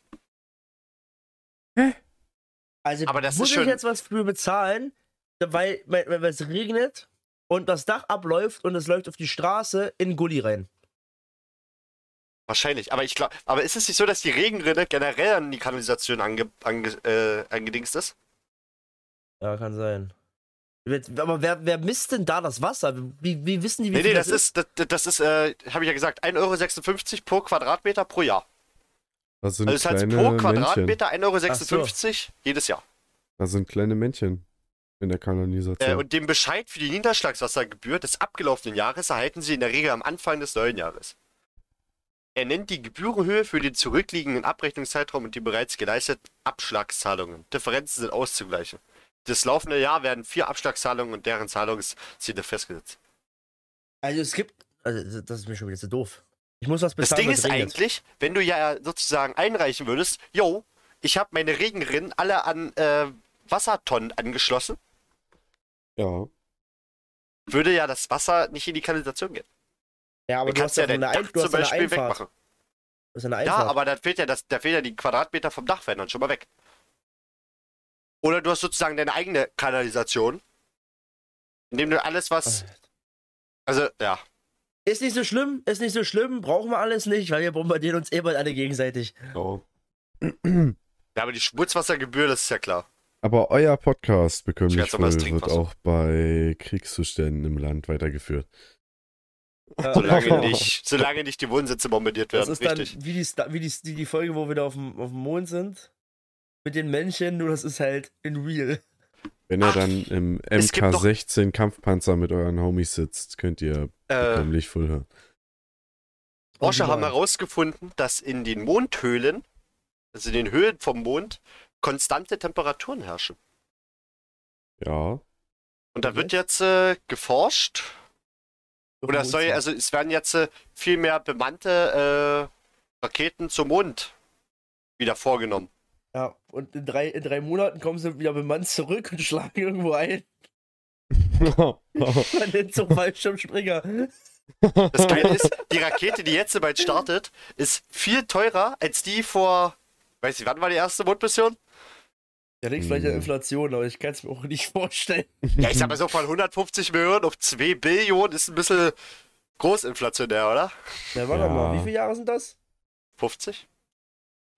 E: Also
D: Aber das
E: muss
D: ist
E: ich
D: schon-
E: Also, jetzt was für bezahlen, weil, weil, weil wenn es regnet, und das Dach abläuft und es läuft auf die Straße in den Gully rein.
D: Wahrscheinlich. Aber ich glaube, aber ist es nicht so, dass die Regenrinne generell an die Kanalisation ange, ange, äh, angedingst ist?
E: Ja, kann sein. Jetzt- Aber wer, wer misst denn da das Wasser? Wie, wie wissen die, wie
D: Nee, nee,
E: viel
D: das ist, das, das ist, äh, habe ich ja gesagt, 1,56 Euro pro Quadratmeter pro Jahr.
C: Das sind
D: Also es ist halt
C: kleine
D: pro
C: Männchen.
D: Quadratmeter 1,56 Euro jedes Jahr.
C: Das sind kleine Männchen in der Kanalisation.
D: Äh, und den Bescheid für die Niederschlagswassergebühr des abgelaufenen Jahres erhalten sie in der Regel am Anfang des neuen Jahres. Er nennt die Gebührenhöhe für den zurückliegenden Abrechnungszeitraum und die bereits geleisteten Abschlagszahlungen. Differenzen sind auszugleichen. Das laufende Jahr werden vier Abschlagszahlungen und deren Zahlungsziele festgesetzt.
E: Also es gibt. Also das ist mir schon wieder so doof. Ich muss was
D: Das
E: bezahlen.
D: Ding
E: was
D: ist
E: regnet.
D: eigentlich, wenn du ja sozusagen einreichen würdest, yo, ich habe meine Regenrinnen alle an äh, Wassertonnen angeschlossen,
C: ja.
D: würde ja das Wasser nicht in die Kanalisation gehen.
E: Ja, aber
D: Dann
E: du hast
D: kannst
E: ja
D: ja
E: noch
D: dein
E: eine, Ein
D: Dach
E: du
D: zum
E: hast ja eine
D: Beispiel
E: Einfahrt.
D: wegmachen.
E: Du hast eine
D: Ja,
E: Einfahrt.
D: aber da fehlt ja, das, da fehlt ja die Quadratmeter vom Dach werden dann schon mal weg. Oder du hast sozusagen deine eigene Kanalisation, indem du alles,
E: Ah.
D: was. Also, ja.
E: Ist nicht so schlimm, ist nicht so schlimm, brauchen wir alles nicht, weil wir bombardieren uns eh bald alle gegenseitig.
C: Genau.
D: Ja, aber die Schmutzwassergebühr, das ist ja klar.
C: Aber euer Podcast
D: Ich
C: bekömmlich
D: weiß aber, das
C: voll
D: trinkt
C: wird
D: was.
C: auch bei Kriegszuständen im Land weitergeführt.
D: Solange nicht, solange nicht die Wohnsitze bombardiert
E: Äh, Das
D: werden,
E: ist
D: richtig.
E: dann wie, die, Sta- wie die, die, die Folge, wo wir da auf dem, auf dem Mond sind. Mit den Männchen, nur das ist halt in real.
C: Wenn ihr
D: Ach,
C: dann im
D: es gibt doch-
C: MK16 Kampfpanzer mit euren Homies sitzt, könnt ihr
D: Äh,
C: bekömmlich voll hören.
D: Forscher haben
E: Original.
D: herausgefunden, dass in den Mondhöhlen, also in den Höhlen vom Mond, konstante Temperaturen herrschen.
C: Ja.
D: Und da wird
E: Okay.
D: jetzt äh, geforscht. Oder
C: Genau,
D: es soll,
E: Mond-
D: also es werden jetzt äh, viel mehr bemannte äh, Raketen zum Mond wieder vorgenommen.
E: Ja, und in drei, in drei Monaten kommen sie wieder bemannt zurück und schlagen irgendwo ein. Man nennt so Fallschirmspringer.
D: Das Geile ist, die Rakete, die jetzt bald startet, ist viel teurer als die vor, weiß ich, wann war die erste Mondmission?
E: Ja, liegt vielleicht an
D: Mhm.
C: Hm.
E: Inflation, aber ich kann es mir auch nicht vorstellen.
D: Ja, ich sag mal so, von 150 Millionen auf 2 Billionen ist ein bisschen großinflationär, oder?
E: Na, warte
C: Ja.
E: mal, wie viele Jahre sind das?
D: 50?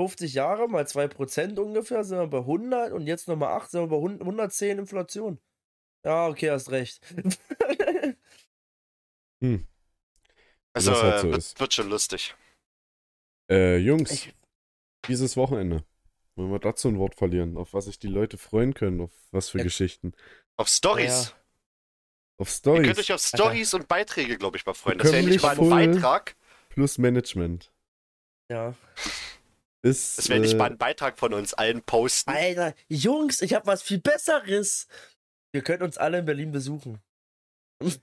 E: 50 Jahre mal 2% ungefähr sind wir bei 100 und jetzt nochmal 8 sind wir bei 100 110 Inflation. Ja, okay, hast recht.
D: Also,
C: das halt so
D: äh,
C: ist.
D: wird, wird schon lustig.
C: äh, Jungs,
E: Ich-
C: dieses Wochenende. Wollen wir dazu ein Wort verlieren? Auf was sich die Leute freuen können? Auf was für
E: Ja.
C: Geschichten?
D: Auf Stories.
C: Auf
D: Ihr könnt euch
C: Stories
D: auf Stories und Beiträge, glaube ich, mal freuen.
C: Wir
D: Das ist ja
C: können
D: nicht mal ein
C: nicht voll-
D: Beitrag.
C: plus Management.
E: ja.
C: Ist,
D: Das wäre nicht
C: äh,
D: mal ein Beitrag von uns allen posten.
E: Alter, Jungs, ich hab was viel Besseres. Wir können uns alle in Berlin besuchen.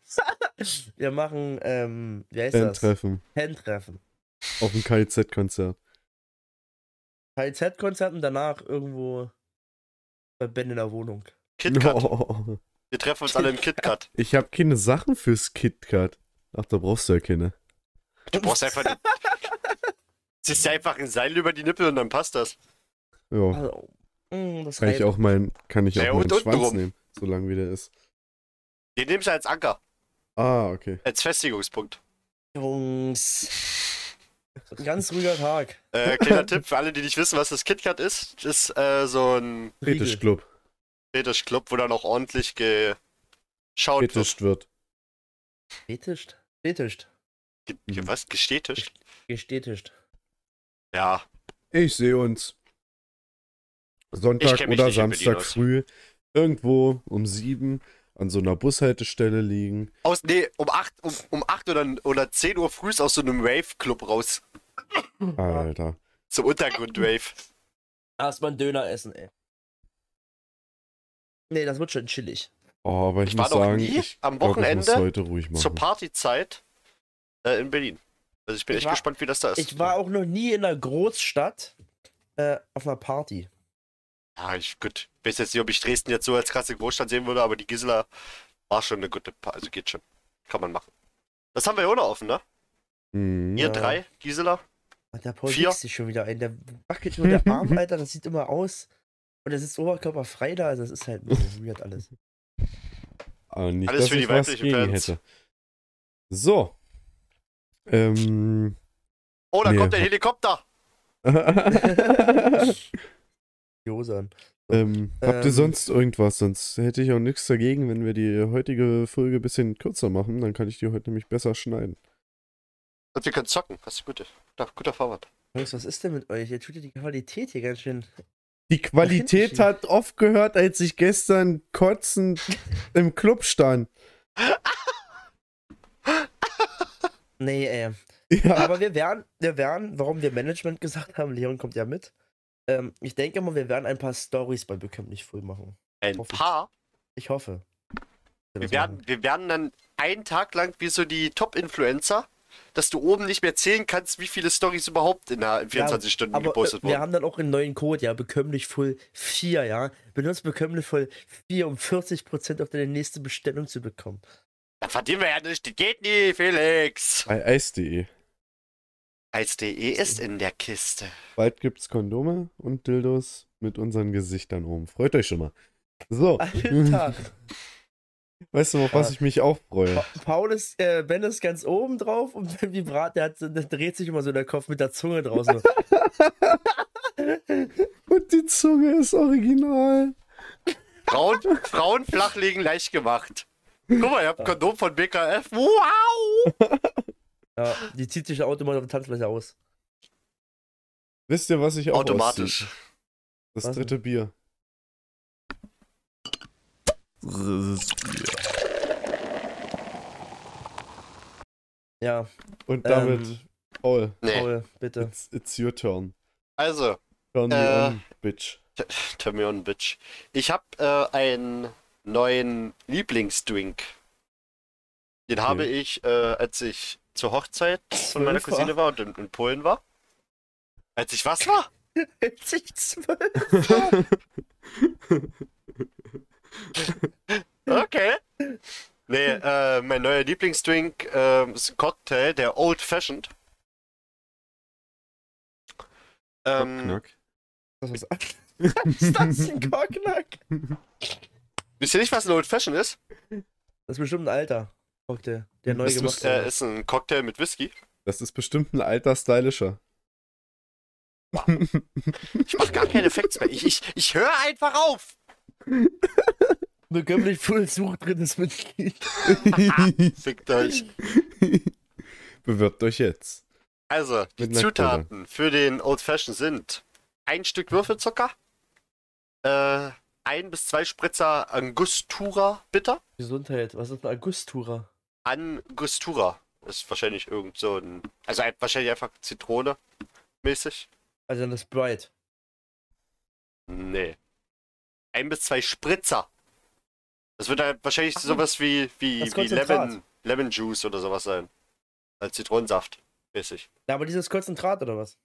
E: wir machen, ähm, wie heißt das?
C: Fan-Treffen
E: Fan-Treffen.
C: auf dem KIZ-Konzert.
E: KZ-Konzert und danach irgendwo bei Ben in der Wohnung.
D: KitKat.
C: Oh.
D: Wir treffen uns alle im KitKat.
C: Ich habe keine Sachen fürs KitKat. Ach, da brauchst du ja keine.
D: Du brauchst einfach den... Ziehst dir einfach ein Seil über die Nippel und dann passt das.
C: Ja,
E: Also, mm, das
C: Oh. kann ich auch mein, kann ich auch
D: Ja,
C: meinen
D: und untenrum.
C: Schwanz nehmen, solange wie der ist.
D: Den nimmst du als Anker,
C: Ah, okay.
D: als Festigungspunkt.
E: Jungs. Ein ganz ruhiger Tag.
D: Äh, kleiner Tipp für alle, die nicht wissen, was das KitKat ist. Das ist äh, so ein
E: Riegel.
C: Fetisch Club.
D: Fetischclub, wo dann auch ordentlich geschaut wird.
C: Fetischt wird.
E: Betischt? Betischt.
D: Ge ge was? Gestätigt?
E: Gestätigt.
D: Ja.
C: Ich sehe uns Sonntag
D: kenn mich
C: oder
D: nicht in Berlin
C: Samstag
D: aus.
C: früh irgendwo um sieben an so einer Bushaltestelle liegen.
D: Aus, nee, um 8 um, um acht oder, oder 10 Uhr frühs aus so einem Rave-Club raus.
C: Alter.
D: Zum Untergrund-Rave.
E: Erstmal einen Döner essen, ey. Nee, das wird schon chillig.
C: Oh, aber ich,
D: Ich war
C: muss
D: noch
C: sagen,
D: nie
C: ich
D: am
C: glaub, ich muss
D: Wochenende
C: heute ruhig
D: Zur
C: machen.
D: Partyzeit äh, in Berlin. Also ich bin
E: Ich
D: echt
E: war-
D: gespannt, wie das da ist.
E: Ich war auch noch nie in einer Großstadt äh, auf einer Party.
D: Ja, ich, gut. Ich weiß jetzt nicht, ob ich Dresden jetzt so als krasse Großstadt sehen würde, aber die Gisela war schon eine gute Party. Also geht schon. Kann man machen. Das haben wir ja auch noch offen, ne?
C: Mhm.
D: Ihr
E: Ja.
D: drei, Gisela.
E: Und der Paul
D: Vier.
E: wichst sich schon wieder ein. Der wackelt nur der Arm, Alter. Das sieht immer aus. Und er sitzt oberkörperfrei da. Also, das ist halt ein bisschen weird alles.
C: Aber Ah, nicht,
D: Alles
C: dass
D: für die
C: ich was
D: weiblichen
C: gegen
D: Fans.
C: hätte. So. Ähm.
D: Oh, da
C: Nee.
D: kommt der Helikopter.
E: Josan.
C: Ähm, habt ihr
E: Ähm.
C: sonst irgendwas? Sonst hätte ich auch nichts dagegen, wenn wir die heutige Folge ein bisschen kürzer machen. Dann kann ich die heute nämlich besser schneiden.
D: Und wir können zocken. Das ist gut. Guter, guter Forward.
E: Jungs, was ist denn mit euch? Ihr tut ja die Qualität hier ganz schön.
C: Die Qualität
E: Unterschied.
C: hat aufgehört, als ich gestern kotzend im Club stand.
E: Nee, ey.
C: Ja.
E: Aber wir werden, wir werden, warum wir Management gesagt haben, Leon kommt ja mit. Ähm, ich denke mal, wir werden ein paar Stories bei Bekömmlich Full machen.
D: Ein
E: Hoffe ich.
D: paar.
E: Ich hoffe.
D: Wir werden, wir werden dann einen Tag lang wie so die Top-Influencer, dass du oben nicht mehr zählen kannst, wie viele Stories überhaupt in der- in 24 Stunden
E: Aber äh,
D: gepostet
E: wir
D: wurden.
E: haben dann auch einen neuen Code, ja, bekömmlich Full 4, ja. Benutzt bekömmlich Full 4, um 40% auf deine nächste Bestellung zu bekommen.
D: Da verdienen wir ja nicht. Das geht nie, Felix.
C: Bei Eis.de.
D: Als DE ist in der Kiste.
C: Bald gibt's Kondome und Dildos mit unseren Gesichtern oben. Freut euch schon mal. So.
E: Alter,
C: Weißt du, auf was
E: Ja.
C: ich mich auch freue?
E: Pa Paul ist, äh, Ben ist ganz oben drauf und Ben Vibrat, der, hat, so- der dreht sich immer so der Kopf mit der Zunge draußen.
C: Und die Zunge ist original.
D: Frauen, Frauen flachlegen leicht gemacht. Guck mal, ihr habt ein Kondom von BKF. Wow!
E: ja, die zieht sich automatisch auf der Tanzfläche aus.
C: Wisst ihr, was ich auch
D: Automatisch.
C: ausziehe?
E: Was
C: Das
E: denn?
C: dritte Bier.
F: Drittes Bier.
E: Ja,
C: Und
E: Ähm.
C: damit, Paul,
D: Nee.
E: Paul, bitte.
C: it's, it's your turn.
D: Also,
C: Turn me
D: Äh.
C: on, bitch.
D: turn me on, bitch. Ich hab äh, einen neuen Lieblingsdrink. Den habe ich, äh, als ich zur Hochzeit von meiner
E: Zwölfer.
D: Cousine war und in, in Polen war. Als ich was war?
E: 12.
D: Okay. Nee, äh, mein neuer Lieblingsdrink ähm, ist ein Cocktail, der Old Fashioned. Ähm,
C: Knack.
E: Das ist ist das ein Korknack?
D: wisst ihr nicht, was ein Old Fashioned ist?
E: Das ist bestimmt ein alter Cocktail, der neu
C: Das
E: gemacht
C: muss-
D: Äh,
E: wurde.
D: ist ein Cocktail mit Whisky.
C: Das ist bestimmt ein alter stylischer.
D: Ich mach gar keine Facts mehr. Ich, ich, ich höre einfach auf.
E: Bekömmlich Full sucht drittes Mitglied.
D: Fickt euch.
C: Bewirbt euch jetzt.
D: Also, die
C: Mit Laktose.
D: Zutaten für den Old Fashioned sind ein Stück Würfelzucker, äh, ein bis zwei Spritzer Angostura Bitter.
E: Gesundheit, was ist ein Augustura?
D: Angostura ist wahrscheinlich irgend so ein, also ein- wahrscheinlich einfach Zitrone mäßig.
E: Also dann das Bright.
D: Nee. Ein bis zwei Spritzer. Das wird halt wahrscheinlich sowas wie, wie,
E: das
D: wie
E: Konzentrat.
D: Lemon, Lemon Juice oder sowas sein. Als Zitronensaft mäßig.
E: Na, aber dieses Konzentrat oder was?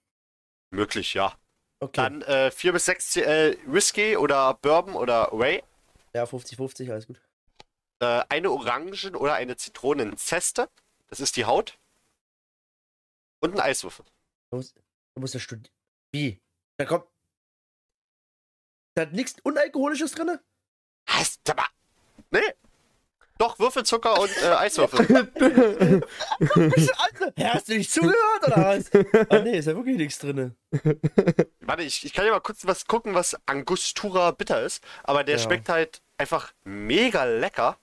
D: Möglich, ja.
E: Okay.
D: Dann äh, 4 bis 6 CL Whisky oder Bourbon oder Whey.
E: Ja, 50-50, alles gut.
D: Äh, eine Orangen- oder eine Zitronenzeste. Das ist die Haut. Und ein Eiswürfel.
E: Du musst, du musst ja studieren. Wie? Da kommt. Da hat nichts Unalkoholisches drin?
D: Hast du mal. Nee. Doch, Würfelzucker und äh, Eiswürfel.
E: Hä, hast du nicht zugehört oder was? Ah, nee, ist ja wirklich nichts drin.
D: Warte, ich, ich kann ja mal kurz was gucken, was Angostura bitter ist. Aber der
E: Ja.
D: schmeckt halt einfach mega lecker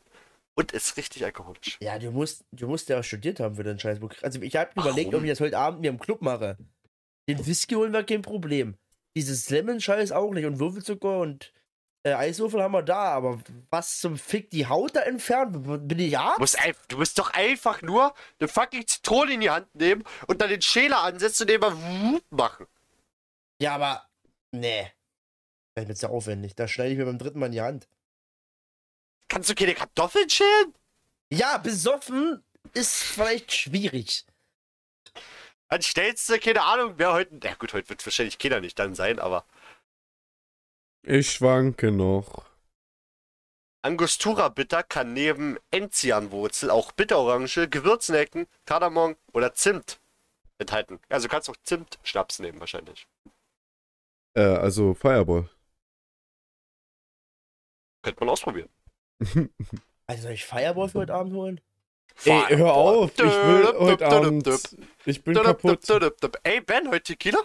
D: und ist richtig alkoholisch.
E: Ja, du musst, du musst ja studiert haben für den Scheiß. Also, ich hab mir
D: Warum?
E: überlegt, ob ich das heute Abend mir im Club mache. Den Whisky holen wir kein Problem. Dieses Lemon-Scheiß auch nicht und Würfelzucker und äh, Eiswürfel haben wir da, aber was zum Fick die Haut da entfernt? Bin ich
D: Du
E: ab?
D: musst, ein, du musst doch einfach nur eine fucking Zitrone in die Hand nehmen und dann den Schäler ansetzen und den mal wup machen.
E: Ja, aber. ne. Nee. Das wird ja aufwendig. Da schneide ich mir beim dritten Mal in die Hand.
D: Kannst du keine Kartoffeln schälen?
E: Ja, besoffen ist vielleicht schwierig.
D: Dann stellst du, keine Ahnung, wer heute. Na gut, heute wird wahrscheinlich keiner nicht dann sein, aber.
C: Ich schwanke noch.
D: Angostura Bitter kann neben Enzianwurzel auch Bitterorange, Gewürznelken, Kardamom oder Zimt enthalten. Also kannst auch Zimt-Schnaps nehmen, wahrscheinlich.
C: Äh, also Fireball.
D: Könnte man ausprobieren.
E: Also soll ich Fireball für heute Abend holen?
C: Ey, hör auf, ich will heute Abend, ich bin kaputt.
D: Ey, Ben, heute Tequila?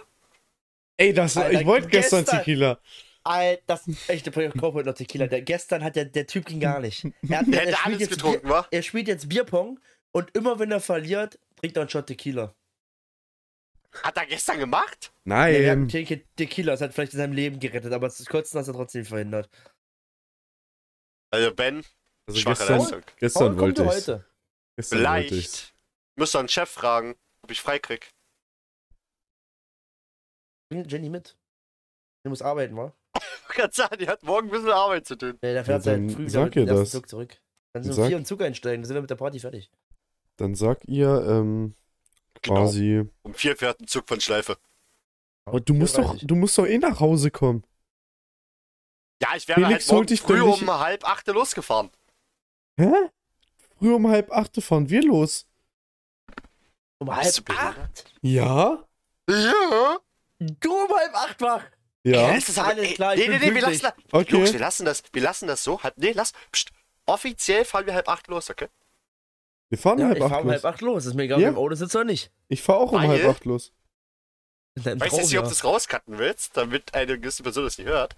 C: Ey, das,
E: Alter,
C: ich wollte gestern
E: gestern.
C: Tequila.
E: Alter, das echte Corporate noch Tequila. Der, gestern hat der, der Typ ging gar nicht. Er, hat,
D: Der hätte alles
E: jetzt
D: getrunken,
E: Bier,
D: wa?
E: er spielt jetzt Bierpong und immer wenn er verliert, trinkt er einen Shot Tequila.
D: Hat er gestern gemacht?
E: Ja, wir hatten
C: Nein,
E: Te- Tequila, das hat vielleicht in seinem Leben gerettet, aber das Kotzen hat er trotzdem verhindert.
D: Also, Ben,
C: also
D: schwacher
C: gestern,
D: Leistung.
E: Paul,
C: gestern
E: komm
C: wollte
E: du
C: ich.
E: heute.
C: Gestern wollte ich's.
D: Vielleicht. Müsst ihr einen Chef fragen, ob ich freikrieg.
E: Bring Jenny mit. Der muss arbeiten, wa?
D: Ich kann sagen, die hat morgen ein bisschen Arbeit zu tun.
E: Nee, dafür
C: Ja,
E: hat er
C: dann
E: halt früh wieder
C: sag
E: mit dem
C: ihr
E: ersten
C: das.
E: Zug zurück. Dann sind
C: Dann
E: wir um
C: sag-
E: vier in den Zug einsteigen, dann sind wir mit der Party fertig.
C: Dann sagt ihr ähm,
E: Genau.
C: quasi.
D: Um vier fährt ein Zug von Schleife.
C: Aber du musst doch,
E: 4.30.
C: du musst doch eh nach Hause kommen.
D: Ja, ich wäre
C: Felix,
D: halt morgen
C: holt dich
D: früh
C: denn nicht-
D: um halb acht losgefahren.
C: Hä? Früh um halb acht fahren wir los.
E: Um halb
D: Bist du behindert?
E: acht?
C: Ja?
D: Ja.
E: Du um halb acht wach!
C: Ja.
D: Ey, das ist aber,
E: Alles
D: ey,
E: klar, ich
D: nee, nee,
E: bin
D: nee, wir
E: pünktlich.
D: lassen, das-
C: Okay.
D: Jungs, wir lassen das, wir lassen das so. Halt, nee, lass, pst, offiziell fahren wir halb acht los, okay?
C: Wir fahren
E: Ja,
C: halb
E: ich
C: acht
E: fahr um
C: los.
E: halb acht los, ist mir egal,
C: Ja.
E: ob ich im Auto sitzt oder nicht.
C: Ich fahr auch um
D: Weil-
C: halb acht los.
E: In deinem
D: Weißt du jetzt
E: Traum,
D: nicht, ob
E: ja.
D: du es rauscutten willst, damit eine gewisse Person das nicht hört.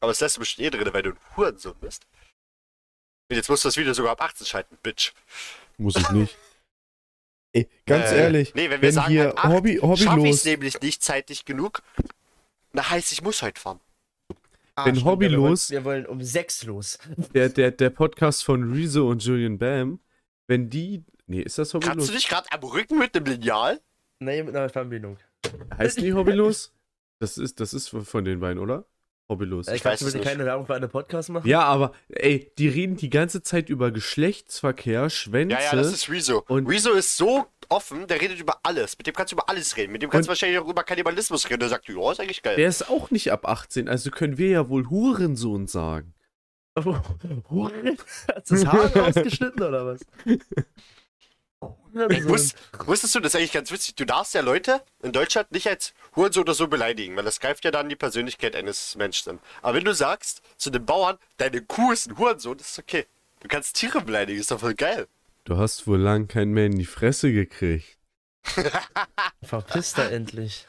D: Aber das lässt du bestimmt eh drin, weil du ein Hurensohn bist. Und jetzt musst du das Video sogar ab 18 schalten, Bitch.
C: Muss ich nicht. Ey, ganz
D: Äh,
C: ehrlich,
D: nee, wenn wir
C: wenn
D: sagen,
C: hier
D: halb acht,
C: Hobby,
D: Schaff ich es
C: hobbylos,
D: nämlich nicht zeitlich genug, na heißt, ich muss heute fahren.
E: Ah, stimmt, ja, wir
C: Bin
E: wollen-
C: hobbylos.
E: Wir wollen um sechs los.
C: der, der, der Podcast von Rezo und Julian Bam, wenn die. Nee, ist das
D: Kannst du dich gerade am Rücken mit dem Lineal?
E: Nee, mit einer Fernbedienung.
C: Heißt die hobbylos? Das ist, das ist von den beiden, oder? Hobbylos.
E: Ich
D: weiß
E: kannst du
D: es
E: bitte
D: nicht.
E: keine Werbung für einen Podcast machen?
C: Ja, aber ey, die reden die ganze Zeit über Geschlechtsverkehr, Schwänze.
D: Ja, ja, das ist Rezo.
C: Und-
D: Rezo ist so offen, der redet über alles. Mit dem kannst du über alles reden. Mit dem kannst du
C: Und-
D: wahrscheinlich auch über Kannibalismus reden. Der sagt, ja, ist eigentlich geil.
C: Der ist auch nicht ab 18, also können wir ja wohl Hurensohn sagen.
E: Huren? Hast du das Haar ausgeschnitten oder was?
D: Ich muss, wusstest du, das ist eigentlich ganz witzig. Du darfst ja Leute in Deutschland nicht als Hurensohn oder so beleidigen, weil das greift ja dann die Persönlichkeit eines Menschen an. Aber wenn du sagst zu den Bauern, deine Kuh ist ein Hurensohn, das ist okay. Du kannst Tiere beleidigen, ist doch voll geil.
C: Du hast wohl lang keinen mehr in die Fresse gekriegt.
E: Verpiss da endlich.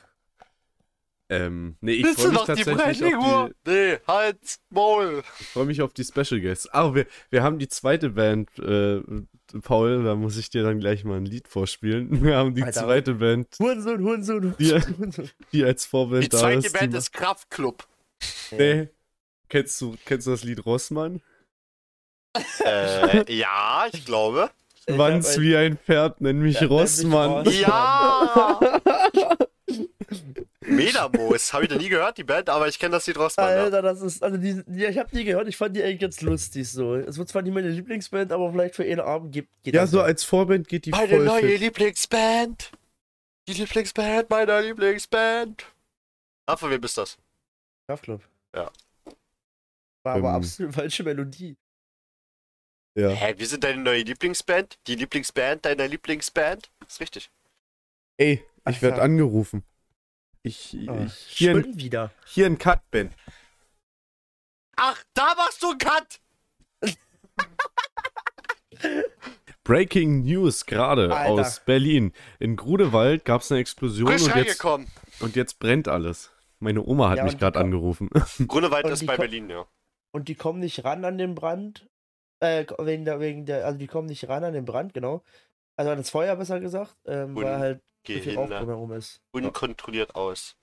C: Ähm, nee, ich freue mich tatsächlich auf die,
D: Nee, halt, Maul.
C: ich freu mich auf die Special Guests. Ah, wir, wir haben die zweite Band, äh, Paul, da muss ich dir dann gleich mal ein Lied vorspielen. Wir haben die
E: Alter.
C: zweite Band,
E: Hurensohn, Hurensohn,
C: Ja.
E: Hurensohn.
C: die als Vorband
D: Die
C: da
D: zweite
C: ist.
D: Band
C: die
D: ist Kraftclub.
C: ma- Nee. Kennst du, kennst du das Lied Rossmann?
D: äh, ja, ich glaube.
E: Ich
C: Wanz
E: hab ein-
C: wie ein Pferd, nenn mich
E: nenn mich
C: Rossmann.
E: Ross.
D: Ja! Medamos, habe ich noch nie gehört, die Band, aber ich kenne das Lied Rossmann. ja.
E: Alter, das ist. Also die, die, ich hab die gehört, ich fand die eigentlich ganz lustig so. Es wird zwar nicht meine Lieblingsband, aber vielleicht für einen Abend gibt. Geht
C: Ja,
E: das
C: so
E: ja.
C: als Vorband geht die
D: Meine
C: voll
D: neue
C: fit.
D: Lieblingsband. Die Lieblingsband meiner Lieblingsband. Ah, von wem bist das?
E: Kraftclub.
D: Ja.
E: War aber
C: Ähm.
E: absolut falsche Melodie.
C: Ja.
D: Hä, wir sind deine neue Lieblingsband? Die Lieblingsband deiner Lieblingsband? Ist richtig.
C: Ey, ich werd
E: Alter.
C: angerufen. Ich,
E: Ah,
C: ich hier, in,
E: Schon wieder.
C: hier ein Cut bin.
D: Ach, da machst du einen Cut!
C: Breaking News gerade
E: Alter.
C: aus Berlin. In Grudewald gab es eine Explosion
D: Frisch
C: und jetzt,
D: reingekommen.
C: und jetzt brennt alles. Meine Oma hat
E: Ja,
C: mich
E: und-
C: gerade angerufen.
D: Grunewald
E: Und
D: ist
E: die
D: bei
E: Ko-
D: Berlin, ja.
E: und die kommen nicht ran an den Brand. Äh, wegen der, wegen der, also die kommen nicht ran an den Brand, genau. Also an das Feuer besser gesagt, ähm, weil
D: Und
E: halt so viel Rauch
D: Gehirn
E: drumherum ist.
D: ne? unkontrolliert aus.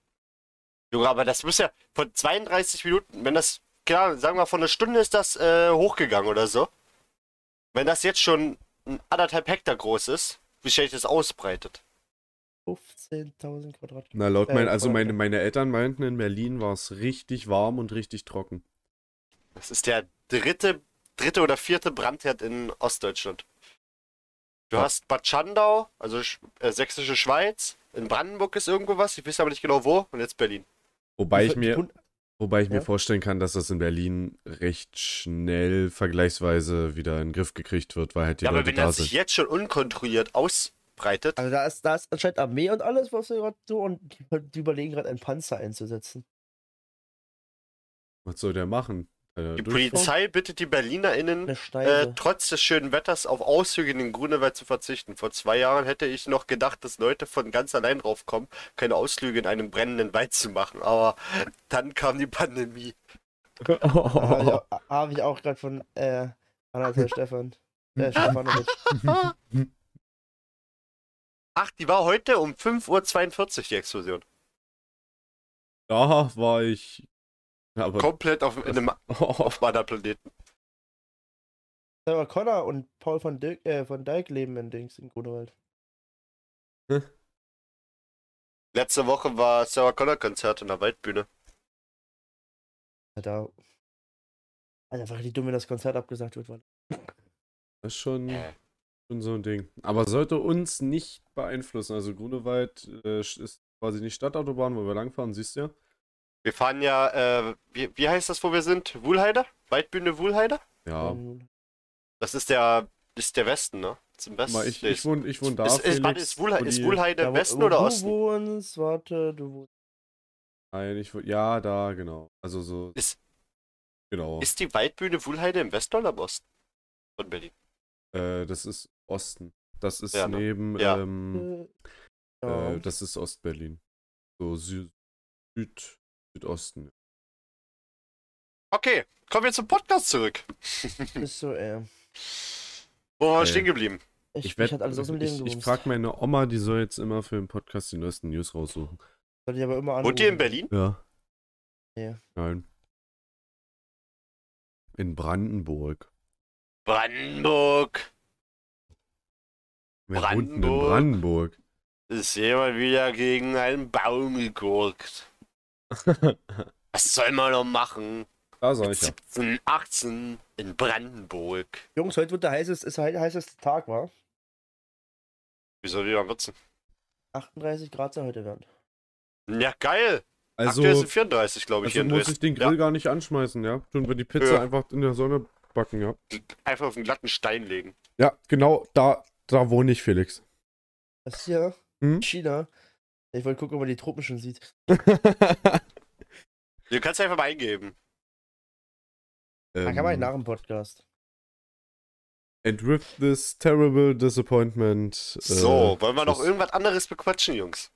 D: Junge, aber das muss ja von 32 Minuten, wenn das, klar, sagen wir mal, von einer Stunde ist das äh, hochgegangen oder so. Wenn das jetzt schon ein anderthalb Hektar groß ist, wie schnell sich das ausbreitet.
E: 15.000 Quadratkilometer.
C: Na, laut mein,
E: Äh,
C: also
E: voll.
C: meine, meine Eltern meinten, in Berlin war es richtig warm und richtig trocken.
D: Das ist der dritte, dritte oder vierte Brandherd in Ostdeutschland. Du
C: Ja.
D: hast Bad Schandau, also Sch äh, sächsische Schweiz, in Brandenburg ist irgendwo was, ich weiß aber nicht genau wo, und jetzt Berlin.
C: Wobei
E: Die-
C: ich
E: die
C: mir,
E: Bund-
C: wobei ich mir
E: Ja?
C: vorstellen kann, dass das in Berlin recht schnell vergleichsweise wieder in den Griff gekriegt wird, weil halt die
D: ja, aber
C: Leute
D: wenn
C: da
D: das sich
C: sind.
D: jetzt schon unkontrolliert ausbreitet,
E: Also da ist, da ist anscheinend Armee und alles, was wir gerade so und die, die überlegen gerade einen Panzer einzusetzen.
C: Was soll der machen? Äh,
D: Die
C: durchfahren?
D: Polizei bittet die BerlinerInnen,
E: Eine
D: äh,
E: Steine.
D: trotz des schönen Wetters auf Auszüge in den Grunewald zu verzichten. Vor zwei Jahren hätte ich noch gedacht, dass Leute von ganz allein draufkommen, keine Ausflüge in einem brennenden Wald zu machen. Aber dann kam die Pandemie. Äh,
E: Habe ich, hab ich auch gerade von äh, Anatol Stefan.
C: Hm.
E: Äh, Stefanovic.
D: Ach, die war heute um 5.42 Uhr, die Explosion.
C: Da war ich. Aber.
D: Komplett auf, in einem,
C: Oh,
D: auf meiner Planeten.
E: Sarah Connor und Paul von, Dirk, äh, von Dijk leben in Dings in Grunewald.
D: Letzte Woche war Sarah Connor Konzert in der Waldbühne.
E: Da. Also einfach die dumm, wenn das Konzert abgesagt wird. Weil...
C: das ist schon, schon so ein Ding. Aber sollte uns nicht beeinflussen. Also Grunewald äh, ist quasi nicht Stadtautobahn, wo wir langfahren, siehst du ja.
D: Wir fahren ja, äh, wie, wie heißt das, wo wir sind? Wuhlheide? Waldbühne Wuhlheide?
C: Ja,
E: Ähm,
D: Das ist der, ist der Westen, ne? Ist im Westen.
C: mal, ich,
D: Nee,
C: ich wohne ich wohne da.
D: Ist, ist, warte,
C: Felix,
D: ist, Wuhl,
C: wo
D: ist
C: die-
D: Wuhlheide
E: da, wo-
D: Westen
E: wo
D: oder
E: du
D: Osten?
E: Wohnst, warte, du wohnst.
C: Nein, ich wohne. Ja, da, genau. Also so.
D: Ist-
C: Genau.
D: Ist die Waldbühne Wuhlheide im Westen oder im Osten? Von Berlin.
C: Äh, das ist Osten. Das ist
D: Ja, ne?
C: neben.
D: Ja.
C: Ähm,
E: Äh, ja.
C: äh, das ist Ostberlin. So Süd, Süd, Südosten.
D: Okay, kommen wir zum Podcast zurück.
E: Ist so, ey.
D: Wo waren wir
C: Äh,
D: stehen geblieben?
E: Ich, ich,
C: werd-
E: hatte alles aus dem Leben
C: ich, ich
E: gewusst.
C: frag meine Oma, die soll jetzt immer für den Podcast die neuesten News raussuchen.
E: Soll ich aber immer anrufen.
D: Wohnt ihr in Berlin?
C: Ja.
E: Ja.
C: Nein. In Brandenburg.
D: Brandenburg.
C: Wer wohnt denn in
D: Brandenburg.
C: Brandenburg?
D: Ist jemand wieder gegen einen Baum gegurkt. Was soll man noch machen?
C: da sag
D: Mit
C: ich ja.
D: 17, 18 in Brandenburg.
E: Jungs, heute wird der heißeste, ist der heißeste Tag, war.
D: Wieso wieder witzen?
E: 38 Grad soll heute werden.
D: Ja, geil.
C: Also,
D: Aktuell sind 34, glaube ich,
C: also muss ich den Grill
D: ja,
C: gar nicht anschmeißen, ja? Tun wir die Pizza
D: Ja.
C: einfach in der Sonne backen, ja?
D: einfach auf einen glatten Stein legen.
C: Ja, genau, da, da wohne ich, Felix.
E: Das ist hier,
C: Hm?
E: China. Ich wollte gucken, ob man die Truppen schon sieht.
D: Du kannst einfach mal eingeben.
E: Da Ah, kann man
C: Ähm,
E: nach dem Podcast.
C: And with this terrible disappointment.
D: So,
C: äh,
D: wollen wir noch
C: tschüss.
D: irgendwas anderes bequatschen, Jungs?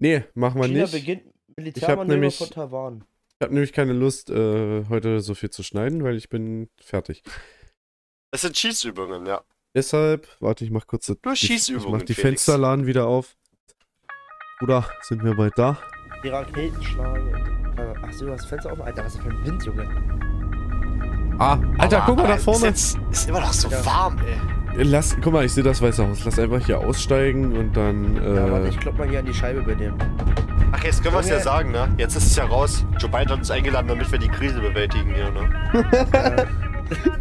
C: Nee, machen wir
E: China
C: nicht. Ich
E: beginnt Militärmanöver
C: nämlich-
E: von Taiwan.
C: habe nämlich keine Lust, äh, heute so viel zu schneiden, weil ich bin fertig.
D: Das sind Schießübungen, ja.
C: Deshalb, warte, ich mach kurz. das-
D: Nur
C: die- Ich
D: Schießübungen,
C: mach die
D: Felix.
C: Fensterladen wieder auf. Bruder, sind wir bald da?
E: Die Raketen schlagen. und- Äh, Ach so, du hast das Fenster offen. Alter, was ist das für ein Wind, Junge?
C: Ah, Alter,
D: Aber,
C: guck mal da
D: äh,
C: vorne.
D: Ist, jetzt, ist immer noch so
E: Ja.
D: warm, ey.
C: Lass, guck mal, ich sehe das Weiße Haus. Lass einfach hier aussteigen und dann. Äh,
E: Ja, warte, ich klopp mal hier an die Scheibe bei dem.
D: Ach, jetzt können wir es ja
E: Junge.
D: sagen, ne? Jetzt ist es ja raus. Joe Biden hat uns eingeladen, damit wir die Krise bewältigen hier, ne?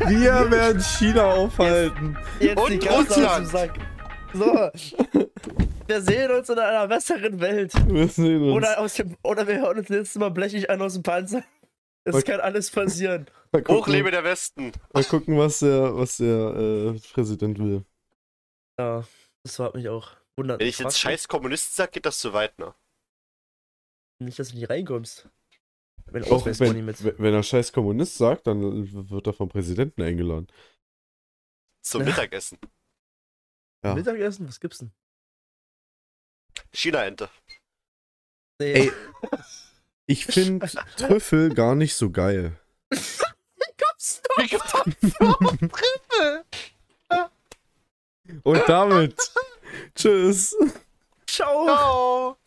C: wir werden China aufhalten.
E: Jetzt
D: Und
E: die Kerze aus dem
D: Russland.
E: Sack. So. Wir sehen uns in einer besseren Welt.
C: Wir sehen uns.
E: Oder, aus dem, oder wir hören uns letztes Mal blechig an aus dem Panzer. Es
C: Okay.
E: kann alles passieren.
C: Mal gucken-
D: Hochlebe der Westen.
C: Mal gucken, was der, was der äh, Präsident will.
E: Ja, das war mich auch. Wundert
D: Wenn
E: mich.
D: ich jetzt
E: Frag mich
D: scheiß Kommunisten sag, geht das zu weit, ne?
E: Nicht, dass du nicht reinkommst. Wenn
C: Auch
E: Ausweis Money
C: wenn,
E: mit.
C: wenn er scheiß Kommunist sagt, dann wird er vom Präsidenten eingeladen.
D: Zum Mittagessen.
C: Ja.
E: Mittagessen? Was gibt's denn?
D: China-Ente.
E: Nee.
C: Ey. Ich finde Trüffel gar nicht so geil.
E: Kommst
D: Wie gibt's das?
C: Und damit, tschüss.
E: Ciao!
D: Ciao.